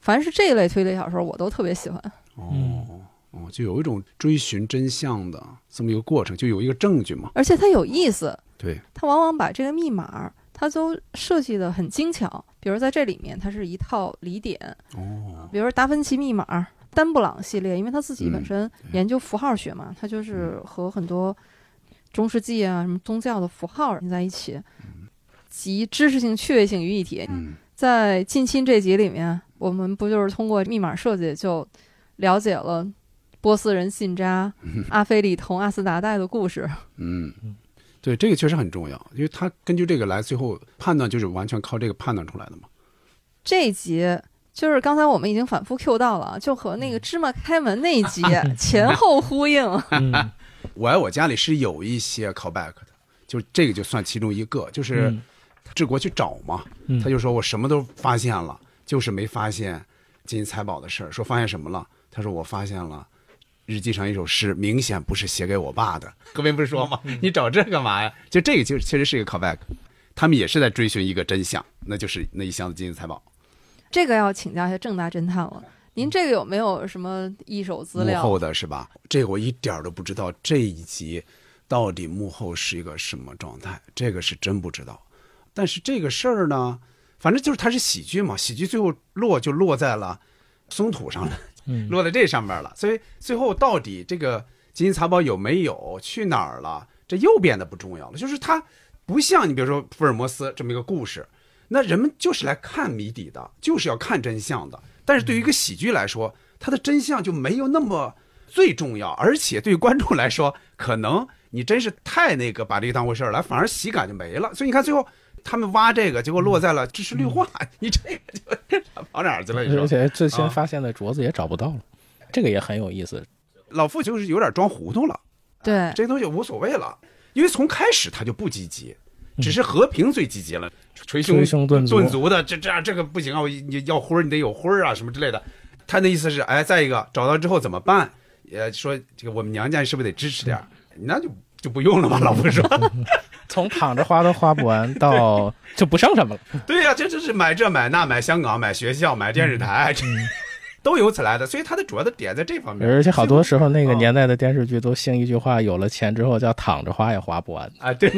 凡是这类推理小说，我都特别喜欢。
嗯
哦哦，就有一种追寻真相的这么一个过程，就有一个证据嘛，
而且它有意思，
对，
它往往把这个密码，它都设计的很精巧。比如在这里面，它是一套理典，
哦，
比如说达芬奇密码、丹布朗系列，因为他自己
嗯
本身研究符号学嘛，他就是和很多中世纪啊、什么宗教的符号连在一起，集知识性、趣味性于一体。
嗯
在近亲这集里面，我们不就是通过密码设计就了解了波斯人信札、阿非利同阿斯达代的故事？
嗯。对，这个确实很重要，因为他根据这个来最后判断，就是完全靠这个判断出来的嘛。
这一集就是刚才我们已经反复 Q 到了，就和那个芝麻开门那一集前后呼应。
嗯
我爱我家里是有一些 callback 的，就是这个就算其中一个，就是
嗯
治国去找嘛，
嗯
他就说我什么都发现了，就是没发现金银财宝的事儿。说发现什么了？他说我发现了日记上一首诗，明显不是写给我爸的。隔壁不是说吗？你找这干嘛呀？就这个就确实是一个 callback，他们也是在追寻一个真相，那就是那一箱子金银财宝。
这个要请教一下正大侦探了。您这个有没有什么一手资
幕
料
后？的是吧？这个我一点儿都不知道，这一集到底幕后是一个什么状态，这个是真不知道。但是这个事儿呢，反正就是它是喜剧嘛，喜剧最后落就落在了松土上了，落在这上面了。所以最后到底这个金银财宝有没有去哪儿了，这又变得不重要了。就是它不像你比如说福尔摩斯这么一个故事，那人们就是来看谜底的，就是要看真相的。但是对于一个喜剧来说，它的真相就没有那么最重要，而且对于观众来说，可能你真是太那个把这个当回事儿了，反而喜感就没了。所以你看最后。他们挖这个，结果落在了支持绿化，你这个就跑哪儿去了？你
而
说
且最
啊
先发现的镯子也找不到了，这个也很有意思。
老傅就是有点装糊涂了。
对，
这东西无所谓了，因为从开始他就不积极，只是和平最积极了，捶胸
捶胸顿足
顿足的，这这样这个不行啊，我你要灰儿你得有灰儿啊什么之类的。他的意思是，哎，再一个找到之后怎么办？也说这个我们娘家是不是得支持点儿？那就就不用了吧，老傅说。
从躺着花都花不完，到就不剩什么了。
对呀、这就是买这买那，买香港，买学校，买电视台，这都由此来的。所以他的主要的点在这方面，
嗯而且好多时候那个
啊
年代的电视剧都兴一句话：有了钱之后叫躺着花也花不完。
啊，对，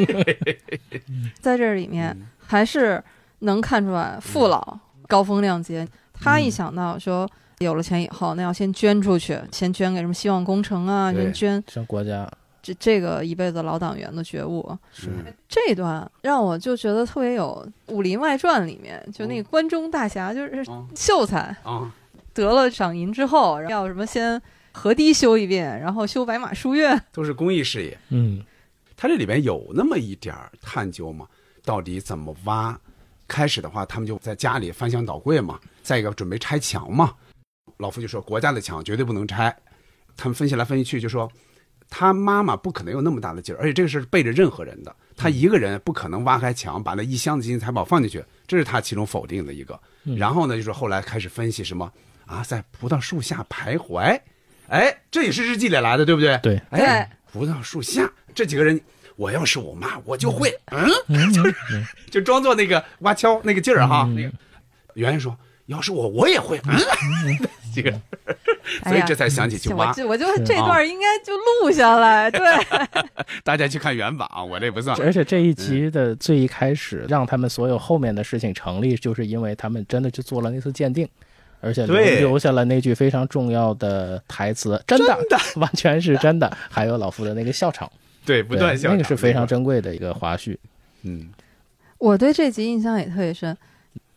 在这里面
嗯
还是能看出来父老高风亮节，他
嗯
一想到说有了钱以后，那要先捐出去，先捐给什么希望工程啊，
对
先捐
像国家
这这个一辈子老党员的觉悟。
是
这一段让我就觉得特别有《武林外传》里面就
哦
那个关中大侠就是
嗯
秀才
啊，
得了赏银之后，要什么先河堤修一遍，然后修白马书院，
都是公益事业。
嗯，
它这里边有那么一点儿探究嘛，到底怎么挖？开始的话，他们就在家里翻箱倒柜嘛，再一个准备拆墙嘛。老夫就说，国家的墙绝对不能拆。他们分析来分析去，就说他妈妈不可能有那么大的劲儿，而且这个是背着任何人的，他一个人不可能挖开墙把那一箱子金银财宝放进去，这是他其中否定的一个。然后呢，就是后来开始分析什么啊，在葡萄树下徘徊，哎，这也是日记里来的，对不对？
对
哎，葡萄树下这几个人，我要是我妈，我就会，嗯， 就是就装作那个挖锹那个劲儿哈。那个圆圆说，要是我，我也会，嗯， 几个人，
哎
所以这才想起去
我
挖。
就我就这段应该就录下来，对。
大家去看原版啊，我嗯这不算。
而且这一集的最一开始，让他们所有后面的事情成立，就是因为他们真的去做了那次鉴定，而且留
对
留下了那句非常重要的台词，真的，完全是真的。还有老夫的那个笑场，
对， 不断
对
笑场。
那个是非常珍贵的一个花絮。
嗯，
我对这集印象也特别深。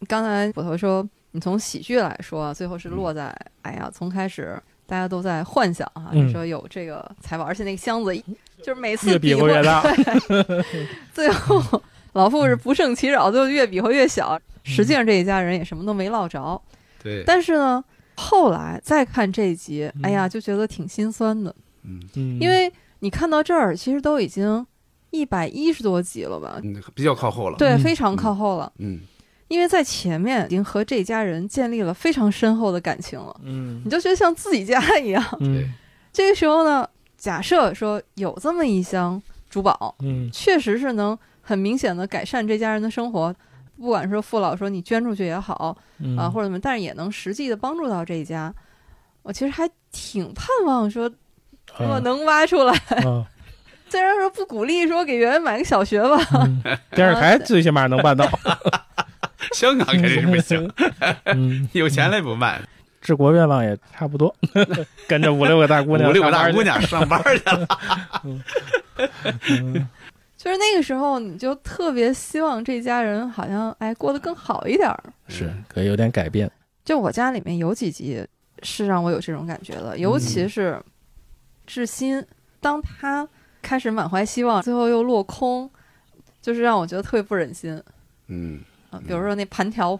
刚才捕头说，你从喜剧来说啊，最后
嗯
是落在、哎呀，从开始大家都在幻想哈、
嗯
你说有这个财宝，而且那个箱子一就是每次
越比划
划
越大 嗯
对最后 老傅是不胜其扰，最后越比划越小。实际上这一家人也什么都没落着，
对。
但是呢，后来再看这一集，哎呀，就觉得挺心酸的，
嗯
因为你看到这儿，其实都已经一百一十多集了吧？
嗯，比较靠后了。，
对，
嗯
非常靠后了。
嗯，
因为在前面已经和这家人建立了非常深厚的感情了，
嗯
你就觉得像自己家一样。
嗯
这个时候呢，假设说有这么一箱珠宝，
嗯
确实是能很明显的改善这家人的生活，不管说父老说你捐出去也好
嗯
啊，或者怎么，但是也能实际的帮助到这一家。我其实还挺盼望说，如果
嗯
能挖出来，
嗯
虽然说不鼓励说给圆圆买个小学吧，
嗯电视台最起码能办到，
香 港肯定是不行，。
嗯，
有钱了也不卖，
治国愿望也 差不多，跟着五六个大姑
五
娘，
六个大姑，娘上班去 了。
就是那个时候你就特别希望这家人好像哎过得更好一点儿。
是可以有点改变。
就我家里面有几集是让我有这种感觉的，尤
嗯
其是志新，当他开始满怀希望，最后又落空，就是让我觉得特别不忍心
嗯，
啊。比如说那盘条，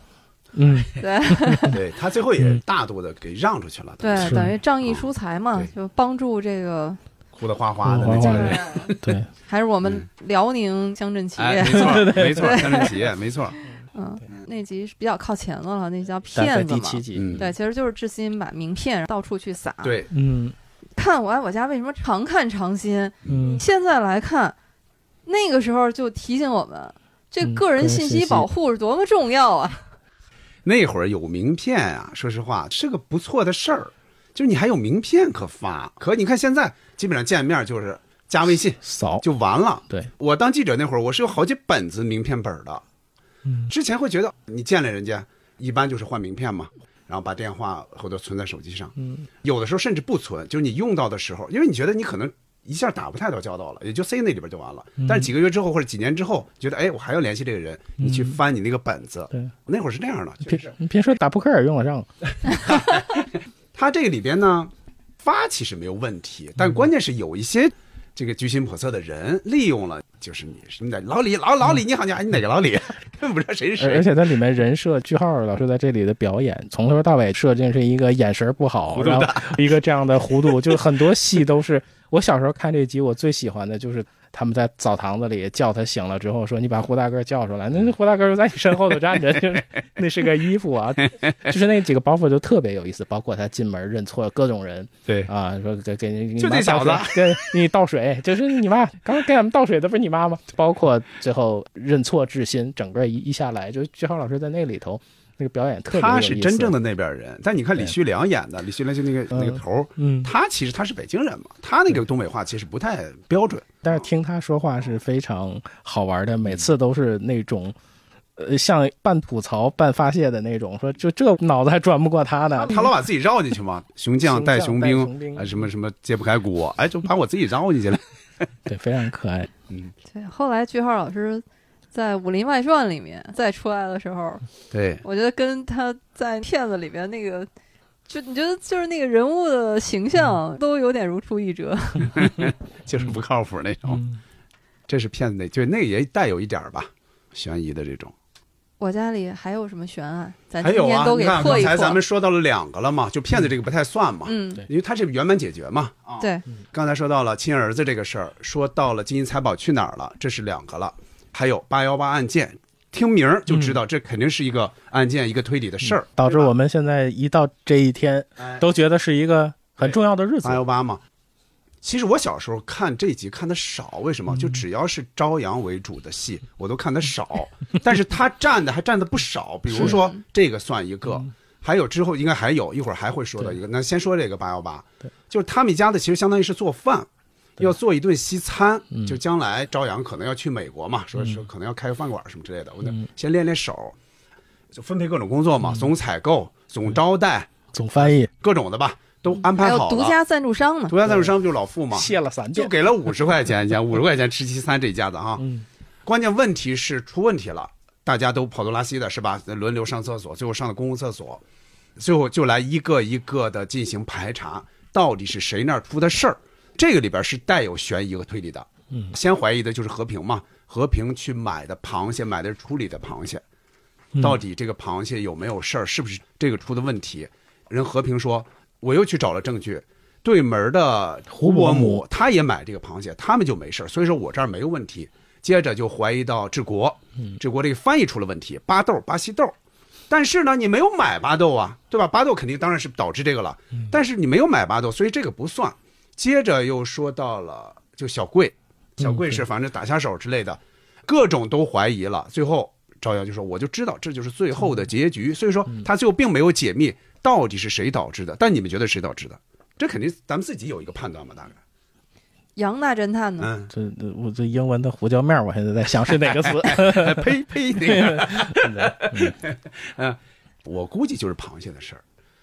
嗯，
对
对他最后也大度的给让出去了，
对，
是
等于
哦
仗义疏财嘛
对，
就帮助这个，啊
哭得哗哗的那
嗯
几个
对
人。
对，嗯
还是我们辽宁乡镇企
哎，
业
没错，没错，乡镇企业，没错，
嗯，那集是比较靠前的了，那集叫
在
骗子嘛
第七。集，
嗯，
对，其实就是志新把名片到处去撒。，
对，
嗯
看我爱我家为什么常看常新？
嗯，
现在来看，那个时候就提醒我们，这
嗯
个人信息保护是多么重要啊！
那会儿有名片啊，说实话是个不错的事儿，就是你还有名片可发。可你看现在基本上见面就是加微信
扫，
就完了。
对，
我当记者那会儿，我是有好几本子名片本儿的，
嗯
之前会觉得你见了人家，一般就是换名片嘛，然后把电话或者存在手机上，
嗯，
有的时候甚至不存，就是你用到的时候，因为你觉得你可能一下打不太到交道了，也就塞那里边就完了。
嗯
但是几个月之后或者几年之后，觉得哎，我还要联系这个人，你去翻你那个本子，
嗯对，
那会儿是那样的，确实
别。你别说打扑克也用得上，
他这个里边呢，发起是没有问题，
嗯
但关键是有一些这个居心叵测的人利用了，就是你什么的老李老老李你好你好你哪个老 李，根本不知道谁是
嗯而
谁。
而且它里面人设句号老师在这里的表演，从头到尾设定是一个眼神不好，然后一个这样的糊涂，就是很多戏都是我小时候看这集，我最喜欢的就是他们在澡堂子里叫他醒了之后说你把胡大个叫出来，那那胡大个就在你身后头站着，就是 那是个衣服啊，就是那几个包袱就特别有意思，包括他进门认错各种人，
对
啊，说给给你
就
你妈
这小
倒水
子
给你倒水， 就是你妈刚给俺们倒水的不是你妈吗？包括最后认错至新，整个一一下来，就句号老师在那里头那个表演特别
他是真正
的，
的那边人，但你看李
对
旭良演的，李旭良就那个那个头儿，
嗯，
他其实他是北京人嘛，他那个东北话其实不太标准。
但是听他说话是非常好玩的，每次都是那种。呃，像半吐槽、半发泄的那种，说就这脑子还转不过他呢。
啊他老把自己绕进去 嘛，熊将带
啊熊将
熊兵
带熊兵，
哎，什么什么揭不开锅，哎，就把我自己绕进去了。
对，非常可爱。
对，后来句号老师在《武林外传》里面再出来的时候，
对，
我觉得跟他在片子里边那个，就你觉得就是那个人物的形
嗯
象都有点如出一辙。
就是不靠谱那种， 这是骗子那，就那也带有一点儿吧，悬疑的这种。
我家里还有什么悬案？咱
还
今
有
天
啊，
呃都
你
给
看
破
刚
一破。
才咱们说到了两个了嘛，就骗子这个不太算嘛，
嗯，
对
因为他是圆满解决嘛。啊，
对，
刚才说到了亲儿子这个事儿，说到了金银财宝去哪儿了，这是两个了，还有八幺八案件。听名儿就知道，这肯定是一个案件，一个推理的事儿，
导致我们现在一到这一天，都觉得是一个很重要的日子
八。幺八嘛。其实我小时候看这集看的少，为什么？
嗯
就只要是朝阳为主的戏，我都看的少。但是他占的还占的不少，比如说这个算一个，
嗯
还有之后应该还有一会儿还会说到一个。那先说这个八幺八
对，
就是他们一家子其实相当于是做饭，
对
要做一顿西餐
嗯。
就将来朝阳可能要去美国嘛，说
嗯
说可能要开个饭馆什么之类的，我得
嗯
先练练手，就分配各种工作嘛，总采购、总招待
总翻译
各种的吧，都安
还
排
有
好
独
了。
家赞助商呢。
独家赞助商不就是老付嘛，
谢了三
就
遍。
给了五十块钱一家，五十块钱吃西餐这一家子啊。
嗯
关键问题是出问题了，大家都跑肚拉稀的是吧？轮流上厕所，最后上的公共厕所，最后就来一个一个的进行排查，到底是谁那儿出的事儿？这个里边是带有悬疑和推理的。
嗯，
先怀疑的就是和平嘛，和平去买的螃蟹，买的是处理的螃蟹，
嗯
到底这个螃蟹有没有事儿？是不是这个出的问题？人和平说，我又去找了证据。对门的
胡伯
伯
母
母，他也买这个螃蟹，他们就没事儿所以说我这儿没有问题。接着就怀疑到治国，
嗯
治国这个翻译出了问题，巴豆、巴西豆。但是呢，你没有买巴豆啊，对吧？巴豆肯定当然是导致这个了，
嗯
但是你没有买巴豆，所以这个不算。接着又说到了就小贵，小
嗯
贵是反正打下手之类的，各种都怀疑了。最后赵阳就说：“我就知道这就是最后的结局。”所以说
嗯
他最后并没有解密到底是谁导致的，但你们觉得谁导致的？这肯定咱们自己有一个判断吧，大概。
杨大侦探呢？
嗯，
这这我这英文的胡椒面儿，我现在在想是哪个词。
嗯 呸呸，那个， 嗯，我估计就是螃蟹的事儿。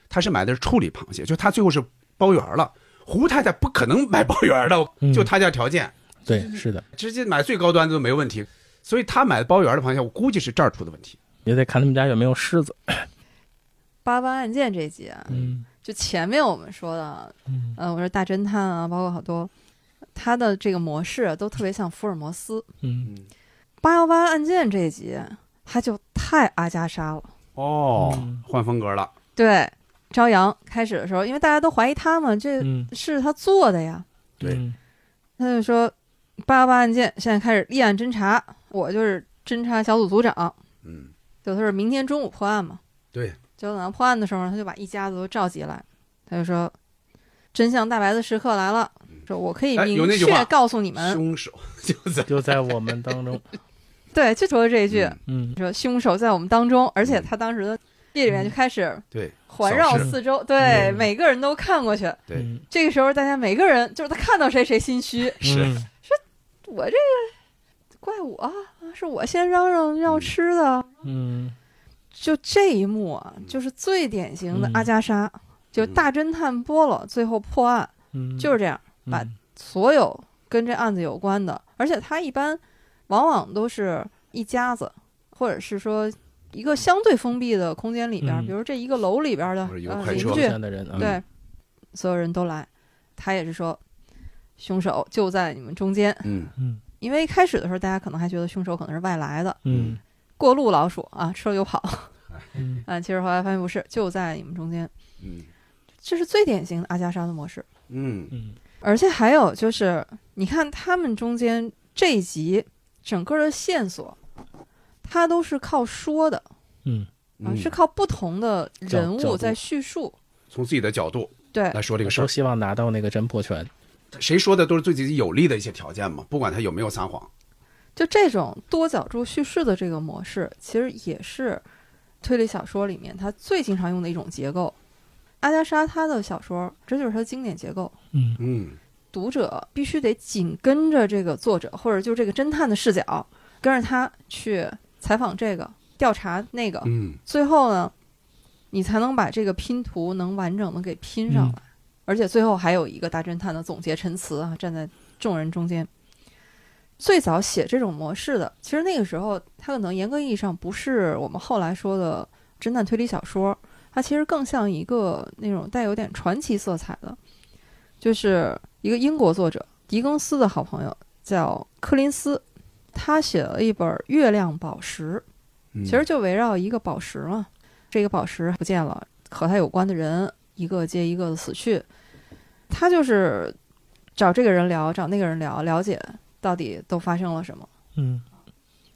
他是买的是处理螃蟹，就他最后是包圆了。胡太太不可能买包圆的，就他家条件，
对，是的，
直接买最高端的都没问题。所以他买的包圆的螃蟹，我估计是这儿出的问题。
也得看他们家有没有狮子。
八八案件这集啊，
嗯
就前面我们说的，
嗯
呃，我说大侦探啊，包括好多，他的这个模式啊都特别像福尔摩斯。
嗯，
八幺八案件这一集，他就太阿加莎了。
哦
嗯，
换风格了。
对，朝阳开始的时候，因为大家都怀疑他嘛，这
嗯，
是他做的呀。
对
嗯
他就说，八幺八案件现在开始立案侦查，我就是侦查小组组长，
嗯，
就他是明天中午破案嘛。
对，
结果等到破案的时候呢，他就把一家子都召集来，他就说，真相大白的时刻来了，说我可以
哎有
明
那句
确
话
告诉你们，
凶手就在
就在我们当中。
对，就说这一句，
嗯
嗯，
说凶手在我们当中，而且他当时的戏里面就开始
对
环绕
扫视
四周，对，
嗯
每个人都看过去。
对
嗯
这个时候，大家每个人就是他看到谁谁心虚，
是
嗯
我这个怪我啊，是我先嚷嚷要吃的。
嗯
就这一幕啊，就是最典型的
嗯
阿加莎，就大侦探波罗最后破案
嗯，
就是这样，把所有跟这案子有关的，而且他一般往往都是一家子，或者是说一个相对封闭的空间里边，
嗯
比如这一个楼里边的
或者一个
呃
快
邻
车
居，
山的人
嗯
啊，
对，所有人都来，他也是说，凶手就在你们中间。
嗯
嗯
因为一开始的时候，大家可能还觉得凶手可能是外来的
嗯
过路老鼠啊，吃了就跑
嗯
啊。其实后来发现不是，就在你们中间，
嗯
这是最典型的阿加莎的模式。
嗯
嗯
而且还有就是，你看他们中间这一集整个的线索，它都是靠说的
嗯
啊，
嗯，
是靠不同的
角
人
角
物
度
在叙述。
从自己的角度
对，
来说这个事
都
儿，
希望拿到那个侦破权，
谁说的都是对自己有利的一些条件嘛，不管他有没有撒谎。
就这种多角度叙事的这个模式，其实也是推理小说里面它最经常用的一种结构。阿加莎她的小说，这就是她的经典结构。
嗯
嗯
读者必须得紧跟着这个作者，或者就这个侦探的视角，跟着他去采访这个、调查那个，
嗯
最后呢，你才能把这个拼图能完整的给拼上来。而且最后还有一个大侦探的总结陈词啊，站在众人中间。最早写这种模式的，其实那个时候它可能严格意义上不是我们后来说的侦探推理小说，它其实更像一个那种带有点传奇色彩的，就是一个英国作者狄更斯的好朋友叫柯林斯，他写了一本《月亮宝石》，
嗯，
其实就围绕一个宝石嘛，这个宝石不见了，和它有关的人一个接一个的死去，他就是找这个人聊，找那个人聊，了解到底都发生了什么。
嗯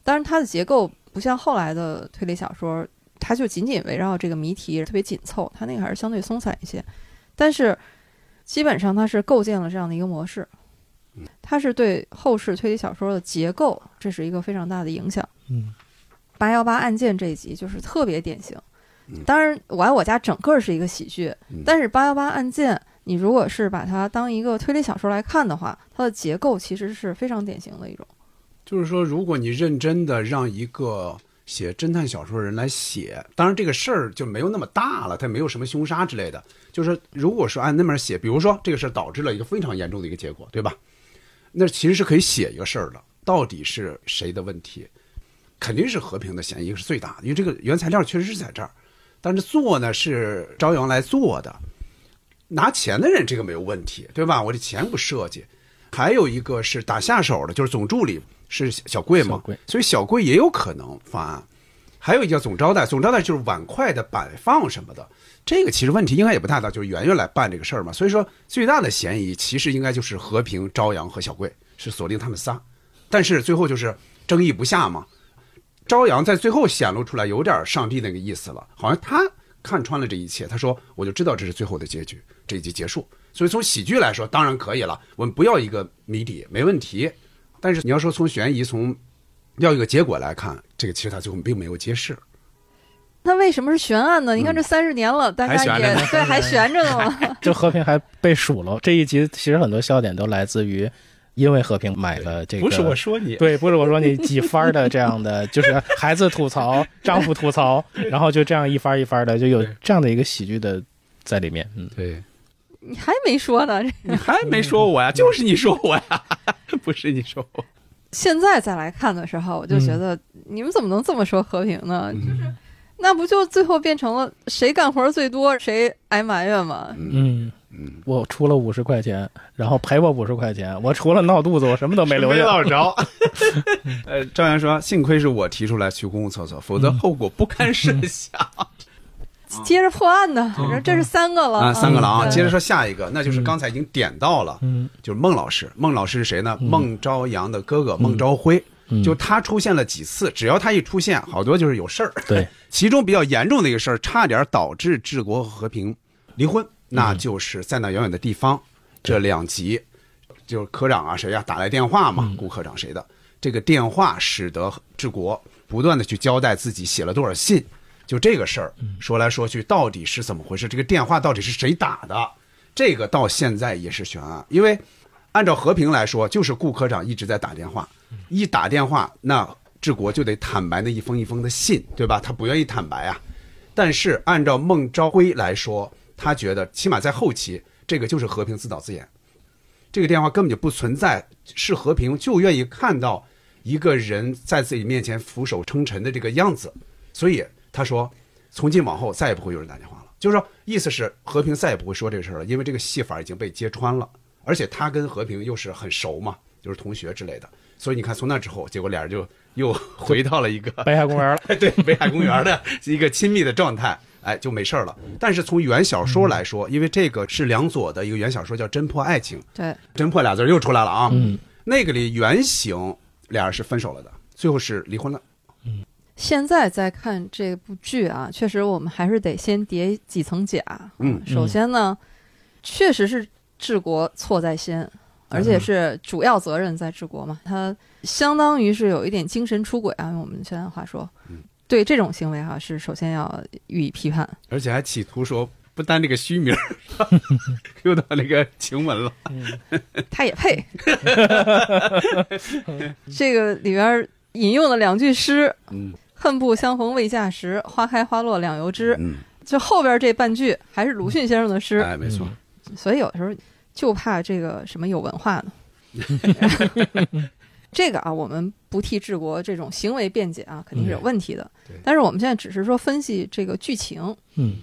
当然，它的结构不像后来的推理小说，它就仅仅围绕这个谜题特别紧凑，它那个还是相对松散一些。但是，基本上它是构建了这样的一个模式，它是对后世推理小说的结构，这是一个非常大的影响。
嗯
八幺八案件这一集就是特别典型
嗯。
当然，《我爱我家》整个是一个喜剧，
嗯
但是八幺八案件，你如果是把它当一个推理小说来看的话，它的结构其实是非常典型的一种。
就是说，如果你认真的让一个写侦探小说的人来写，当然这个事儿就没有那么大了，它没有什么凶杀之类的。就是如果说按那么写，比如说这个事儿导致了一个非常严重的一个结果，对吧？那其实是可以写一个事儿的，到底是谁的问题？肯定是和平的嫌疑是最大的，因为这个原材料确实是在这儿，但是做呢是朝阳来做的，拿钱的人这个没有问题，对吧？我这钱不设计，还有一个是打下手的，就是总助理是小贵嘛，
小贵
所以小贵也有可能犯案。还有一个叫总招待，总招待就是碗筷的摆放什么的，这个其实问题应该也不大大，就是圆圆来办这个事儿嘛。所以说最大的嫌疑其实应该就是和平、朝阳和小贵是锁定他们仨，但是最后就是争议不下嘛。朝阳在最后显露出来有点上帝那个意思了，好像他看穿了这一切。他说：“我就知道这是最后的结局，这一集结束。”所以从喜剧来说，当然可以了，我们不要一个谜底，没问题。但是你要说从悬疑，从要一个结果来看，这个其实他最后并没有揭示。
那为什么是悬案呢？你看
嗯
这三十年了，大
还
家
悬
也
着呢
对还悬着呢 嘛。
嗯这和平还被数了。这一集其实很多笑点都来自于，因为和平买了这个，
说你，
对，不是我说你几番儿的这样的，就是孩子吐槽，丈夫吐槽，然后就这样一番儿一番儿的，就有
对
这样的一个喜剧的在里面。嗯，
对
你还没说呢，这
你还没说我呀，就是你说我呀，不是你说我。
现在再来看的时候，我就
嗯
觉得、你们怎么能这么说和平呢？就是那不就最后变成了谁干活最多谁挨埋怨吗？
嗯嗯，我出了五十块钱，然后赔我五十块钱，我除了闹肚子，我什么都没留下。
着。 呃，张扬说：“幸亏是我提出来去公共厕所，否则后果不堪设想。
接着破案呢，反正这是三个了
嗯
嗯
啊，三个了啊！
对
接着说下一个，那就是刚才已经点到了，
嗯
就是孟老师。孟老师是谁呢？孟朝阳的哥哥孟朝辉，
嗯
就他出现了几次，只要他一出现，好多就是有事儿。
对，
其中比较严重的一个事儿，差点导致治国和和平离婚，那就是在那遥远的地方这两集，就是科长啊谁呀、打来电话嘛，顾科长谁的，这个电话使得治国不断的去交代自己写了多少信，就这个事儿说来说去到底是怎么回事，这个电话到底是谁打的，这个到现在也是悬案，因为按照和平来说，就是顾科长一直在打电话，一打电话，那治国就得坦白的一封一封的信，对吧？他不愿意坦白啊。但是按照孟昭辉来说，他觉得起码在后期，这个就是和平自导自演，这个电话根本就不存在，是和平就愿意看到一个人在自己面前俯首称臣的这个样子，所以他说，从今往后再也不会有人打电话了，就是说意思是和平再也不会说这事儿了，因为这个戏法已经被揭穿了，而且他跟和平又是很熟嘛，就是同学之类的，所以你看从那之后，结果俩人就又回到了一个
白海公园了。
对北海公园的一个亲密的状态，哎，就没事儿了。但是从原小说来说，因为这个是梁左的一个原小说叫《侦破爱情》，
对，
侦破俩字儿又出来了啊。
嗯，
那个里原型俩人是分手了的，最后是离婚了。
现在再看这部剧啊，确实我们还是得先叠几层甲。
嗯
首先呢，确实是治国错在先，而且是主要责任在治国嘛，
嗯
他相当于是有一点精神出轨啊，用我们现在话说，
嗯
对这种行为哈、是首先要予以 批判。
而且还企图说不单这个虚名儿 ，Q 到那个晴雯了。
他也 配。这个里边儿引用了两句诗：“
嗯
恨不相逢未嫁时，花开花落两由知。
嗯，”
就后边这半句还是鲁迅先生的诗，
哎，没
嗯
错。
所以有的时候就怕这个什么有文化呢。这个啊，我们不替治国这种行为辩解啊，肯定是有问题的。
对对
但是我们现在只是说分析这个剧情，
嗯，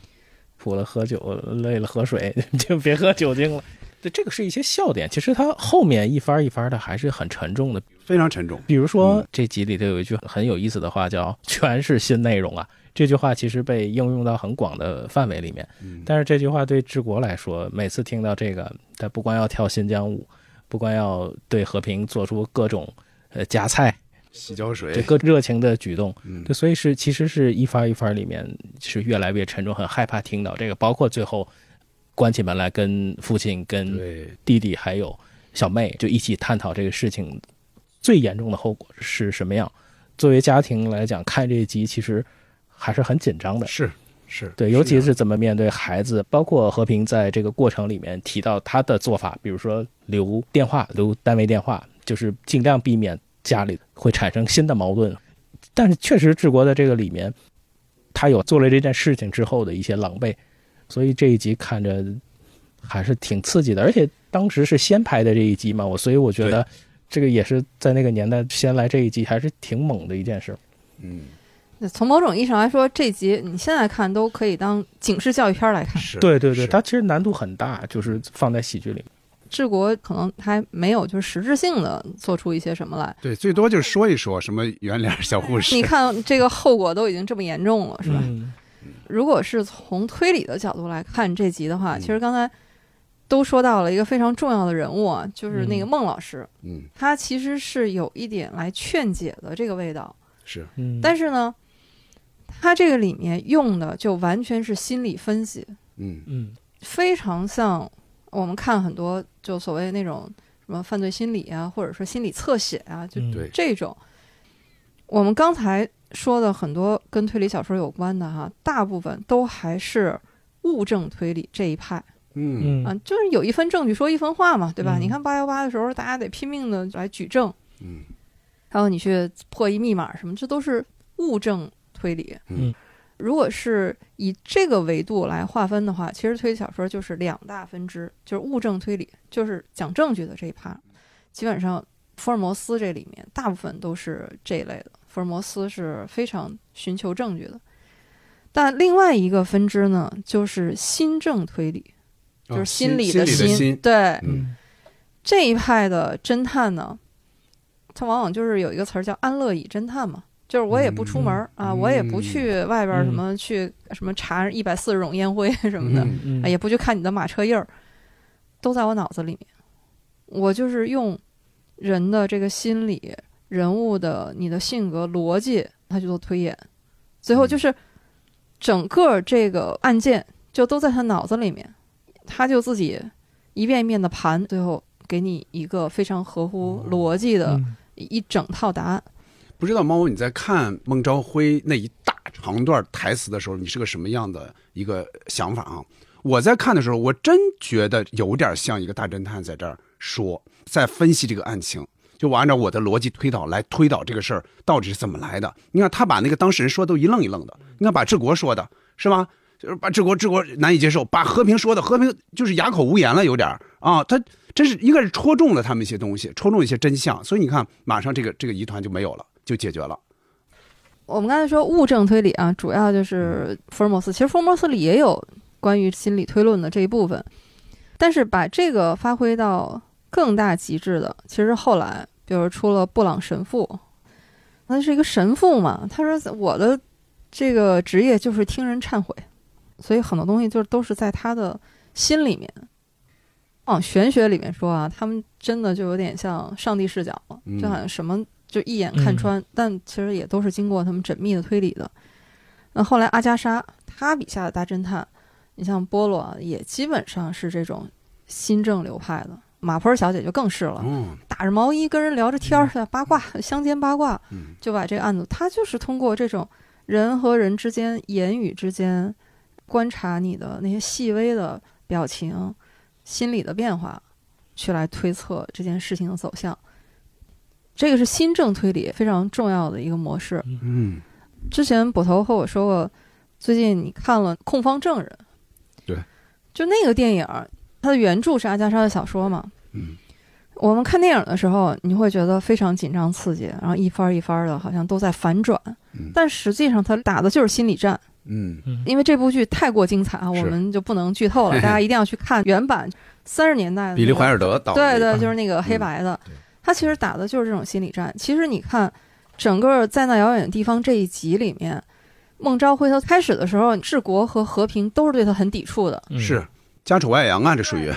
苦了喝酒，累了喝水，就别喝酒精了。对，这个是一些笑点，其实它后面一番一番的还是很沉重的。
非常沉重，
比如说、
嗯
这集里头有一句很有意思的话，叫 “全是新内容啊”。这句话其实被应用到很广的范围里面，但是这句话对治国来说，每次听到这个，他不光要跳新疆舞，不光要对和平做出各种呃夹菜，
洗脚
对
水，
各热情的举动，
嗯
对，所以是其实是一番一番里面是越来越沉重，很害怕听到这个，包括最后关起门来跟父亲、跟
对，
弟弟还有小妹就一起探讨这个事情最严重的后果是什么样。作为家庭来讲，看这一集其实还是很紧张的，
是是，啊
对，尤其
这样
是怎么面对孩子，包括和平在这个过程里面提到他的做法，比如说留电话、留单位电话，就是尽量避免家里会产生新的矛盾。但是确实，治国的这个里面，他有做了这件事情之后的一些狼狈，所以这一集看着还是挺刺激的。而且当时是先拍的这一集嘛，我所以我觉得这个也是在那个年代先来这一集，还是挺猛的一件事。
嗯
那从某种意义上来说，这集你现在看都可以当警示教育片儿来看。
是，
对对对，
是
它其实难度很大，就是放在喜剧里面。
治国可能还没有就是实质性的做出一些什么来。
对，最多就是说一说什么圆脸小护士
你，看这个后果都已经这么严重了，是吧？
嗯
如果是从推理的角度来看这集的话，
嗯
其实刚才都说到了一个非常重要的人物啊，就是那个
嗯
孟老师，
嗯，
他其实是有一点来劝解的这个味道，
是，
嗯，
但是呢，他这个里面用的就完全是心理分析，
嗯
嗯
非常像我们看很多就所谓那种什么犯罪心理啊，或者说心理侧写啊，就
嗯
对
这种，我们刚才说的很多跟推理小说有关的哈，大部分都还是物证推理这一派
嗯
啊
嗯，
就是有一分证据说一分话嘛，对吧？
嗯
你看八幺八的时候，大家得拼命的来举证，
嗯
还有你去破译密码什么，这都是物证推理。
嗯，
如果是以这个维度来划分的话，其实推理小说就是两大分支，就是物证推理，就是讲证据的这一趴。基本上福尔摩斯这里面大部分都是这一类的，福尔摩斯是非常寻求证据的。但另外一个分支呢，就是心证推理，就
啊
是
心
理
的
的哦心。对，
嗯
这一派的侦探呢，他往往就是有一个词儿叫“安乐椅侦探”嘛，就是我也不出门儿、
嗯
啊，
嗯
我也不去外边儿什么去什么查一百四十种烟灰什么的，
嗯
嗯
啊，也不去看你的马车印儿，都在我脑子里面。我就是用人的这个心理、人物的你的性格、逻辑，他去做推演，最
嗯
后就是整个这个案件就都在他脑子里面，他就自己一遍一遍的盘，最后给你一个非常合乎逻辑的
嗯
一整套答案。
不知道猫你在看孟昭辉那一大长段台词的时候，你是个什么样的一个想法啊？我在看的时候，我真觉得有点像一个大侦探在这儿说，在分析这个案情。就就我按照我的逻辑推导来推导这个事儿到底是怎么来的。你看他把那个当事人说的都一愣一愣的，你看把治国说的是吧？就是把治国治国难以接受，把和平说的和平就是哑口无言了，有点儿啊，他真是应该是戳中了他们一些东西，戳中一些真相，所以你看马上这个这个疑团就没有了，就解决了。
我们刚才说物证推理啊，主要就是福尔摩斯。其实福尔摩斯里也有关于心理推论的这一部分，但是把这个发挥到更大极致的，其实后来，比如出了布朗神父，那是一个神父嘛，他说我的这个职业就是听人忏悔，所以很多东西就都是在他的心里面。往、玄学里面说啊，他们真的就有点像上帝视角了，
嗯
就好像什么就一眼看穿，但其实也都是经过他们缜密的推理的。那后来阿加莎她笔下的大侦探，你像波洛啊也基本上是这种新政流派的，马普尔小姐就更是了，
嗯
打着毛衣跟人聊着天儿，八卦乡间八卦，
嗯
就把这个案子，他就是通过这种人和人之间、言语之间，观察你的那些细微的表情、心理的变化，去来推测这件事情的走向。这个是新政推理非常重要的一个模式。
嗯，
之前捕头和我说过，最近你看了《控方证人》，
对，
就那个电影儿，它的原著是阿加莎的小说嘛，
嗯，
我们看电影的时候，你会觉得非常紧张刺激，然后一番儿一番儿的，好像都在反转，
嗯
但实际上它打的就是心理战，
嗯
因为这部剧太过精彩啊，
是
我们就不能剧透了，大 家一定要去看原版三十年代的
比利
那个
怀尔德导嗯
对
的
对，就是那个黑白的，他其实打的就是这种心理战。其实你看，整个在那遥远的地方这一集里面，孟昭辉他开始的时候，治国和和平都是对他很抵触的。
嗯
是家丑外扬啊，这属于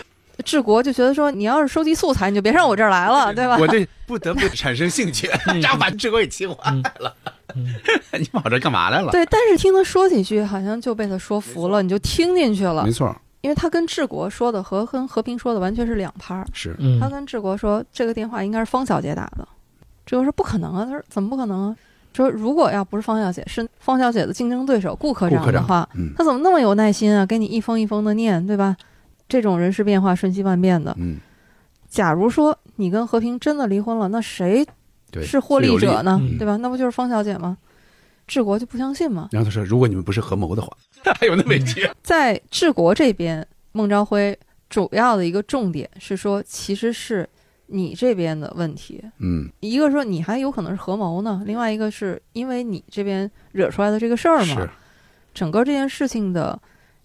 治国就觉得说，你要是收集素材，你就别上我这儿来了，对吧？
我这 不得不产生兴
嗯
趣，扎把治国给气坏了。 你跑这干嘛来了？
对，但是听他说几句，好像就被他说服了，你就听进去了
没，错，
因为他跟治国说的和跟和平说的完全是两拍儿。
是
嗯
他跟治国说这个电话应该是方小姐打的，治国说不可能啊，他说怎么不可能啊？说如果要不是方小姐，是方小姐的竞争对手顾科
顾科
长的
长
话，
嗯
他怎么那么有耐心啊？给你一封一封的念，对吧？这种人事变化瞬息万变的，
嗯，
假如说你跟和平真的离婚了，那谁
对，
是获利者呢？
嗯
对吧？那不就是方小姐吗？治国就不相信嘛。
然后他说：“如果你们不是合谋的话， 还有那么一句，
在治国这边，孟昭辉主要的一个重点是说，其实是你这边的问题。
嗯，
一个说你还有可能是合谋呢，另外一个是因为你这边惹出来的这个事儿嘛
嗯是，，
整个这件事情的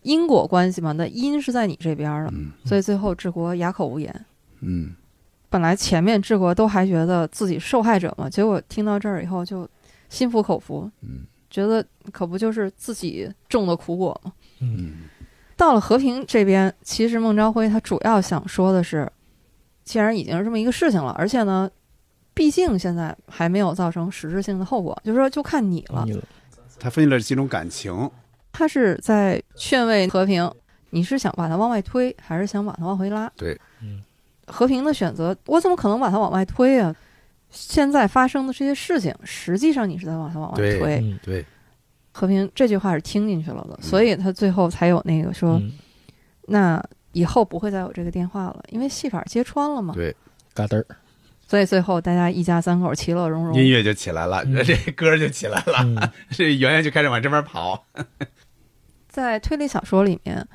因果关系嘛，那因是在你这边儿的，
嗯
所以最后治国哑口无言。
嗯，
本来前面治国都还觉得自己受害者嘛，结果听到这儿以后就心服口服，
嗯，
觉得可不就是自己种的苦果吗？
嗯，
到了和平这边，其实孟昭辉他主要想说的是，既然已经是这么一个事情了，而且呢，毕竟现在还没有造成实质性的后果，就是说就看你了。
你了
他分析了几种感情，
他是在劝慰和平，你是想把他往外推，还是想把他往回拉？
对，
嗯，
和平的选择，我怎么可能把他往外推啊？现在发生的这些事情，实际上你是在往他往外
对
推。
嗯
对，
和平这句话是听进去了的，所以他最后才有那个说，
嗯，
那以后不会再有这个电话了，因为戏法揭穿了嘛。
对
嘎噔儿，
所以最后大家一家三口其乐融
音
融。
乐就起来了，
嗯
这歌就起来了，
嗯
这圆圆就开始往这边跑，
在推理小说里面，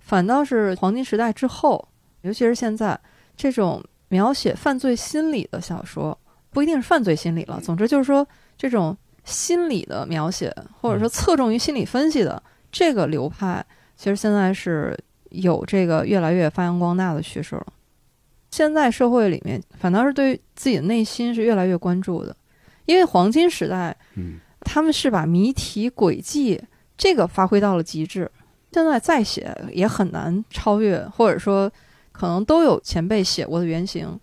反倒是黄金时代之后，尤其是现在这种描写犯罪心理的小说，不一定是犯罪心理了，总之就是说这种心理的描写，或者说侧重于心理分析的这个流派，其实现在是有这个越来越发扬光大的趋势了。现在社会里面，反倒是对自己的内心是越来越关注的，因为黄金时代
嗯
他们是把谜题轨迹这个发挥到了极致，现在再写也很难超越，或者说可能都有前辈写过的原型。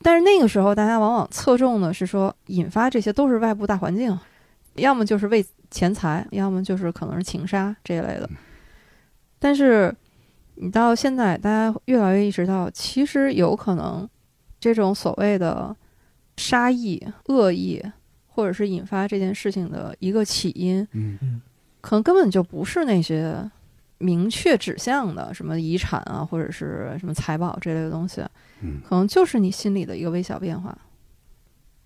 但是那个时候，大家往往侧重的是说引发这些都是外部大环境，要么就是为钱财，要么就是可能是情杀这一类的。但是你到现在，大家越来越意识到，其实有可能这种所谓的杀意、恶意，或者是引发这件事情的一个起因，
嗯
可能根本就不是那些明确指向的，什么遗产啊，或者是什么财宝这类的东西，
嗯
可能就是你心里的一个微小变化。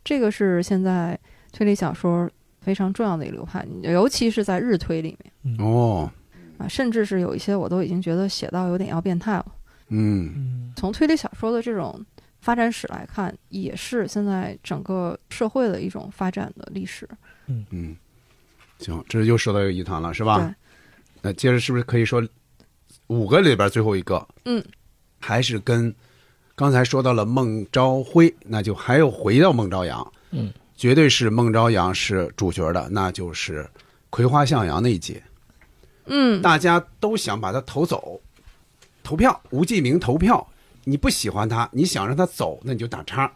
这个是现在推理小说非常重要的一个流派，尤其是在日推里面
哦，
啊，甚至是有一些我都已经觉得写到有点要变态了。
嗯
嗯
从推理小说的这种发展史来看，也是现在整个社会的一种发展的历史。
嗯，行，这又说到一个疑团了，是吧？
对，
那接着是不是可以说五个里边最后一个？
嗯，
还是跟刚才说到了孟昭辉，那就还有回到孟昭阳，
嗯，
绝对是孟昭阳是主角的，那就是葵花向阳那一节。
嗯，
大家都想把他投走，投票吴继明投票，你不喜欢他，你想让他走，那你就打叉；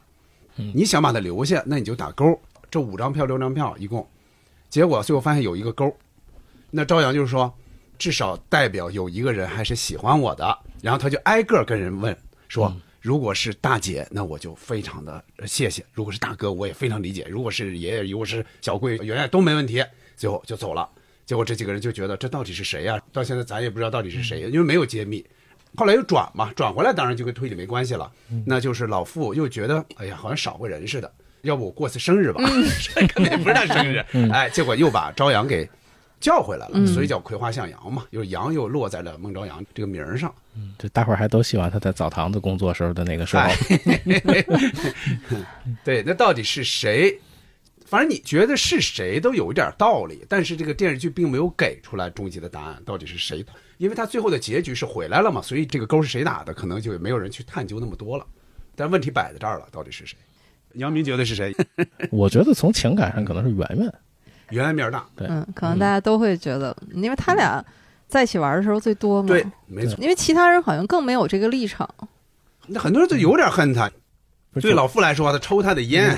你想把他留下，那你就打勾。这五张票六张票一共，结果最后发现有一个勾，那朝阳就是说，至少代表有一个人还是喜欢我的，然后他就挨个跟人问说。如果是大姐，那我就非常的谢谢；如果是大哥，我也非常理解；如果是爷爷，如果是小贵、圆圆都没问题。最后就走了。结果这几个人就觉得这到底是谁呀、啊到现在咱也不知道到底是谁，啊因为没有揭秘。后来又转嘛，转回来当然就跟推理没关系了。那就是老傅又觉得，哎呀，好像少个人似的，要不我过次生日吧？这根本不是他生日。哎，结果又把朝阳给叫回来了，所以叫葵花向阳嘛，就是阳又落在了孟朝阳这个名儿上。
就大伙儿还都喜欢他在澡堂子工作时候的那个
哎
说法。
对，那到底是谁？反正你觉得是谁都有一点道理，但是这个电视剧并没有给出来终极的答案，到底是谁？因为他最后的结局是回来了嘛，所以这个勾是谁打的，可能就也没有人去探究那么多了。但问题摆在这儿了，到底是谁？杨明觉得是谁？
我觉得从情感上可能是圆 圆，
原来面儿大，
对
嗯，可能大家都会觉得，因为他俩在一起玩的时候最多嘛。
嗯对，没错。
因为其他人好像更没有这个立场。
那很多人就有点恨他，
不是嗯
对老傅来说，他抽他的烟；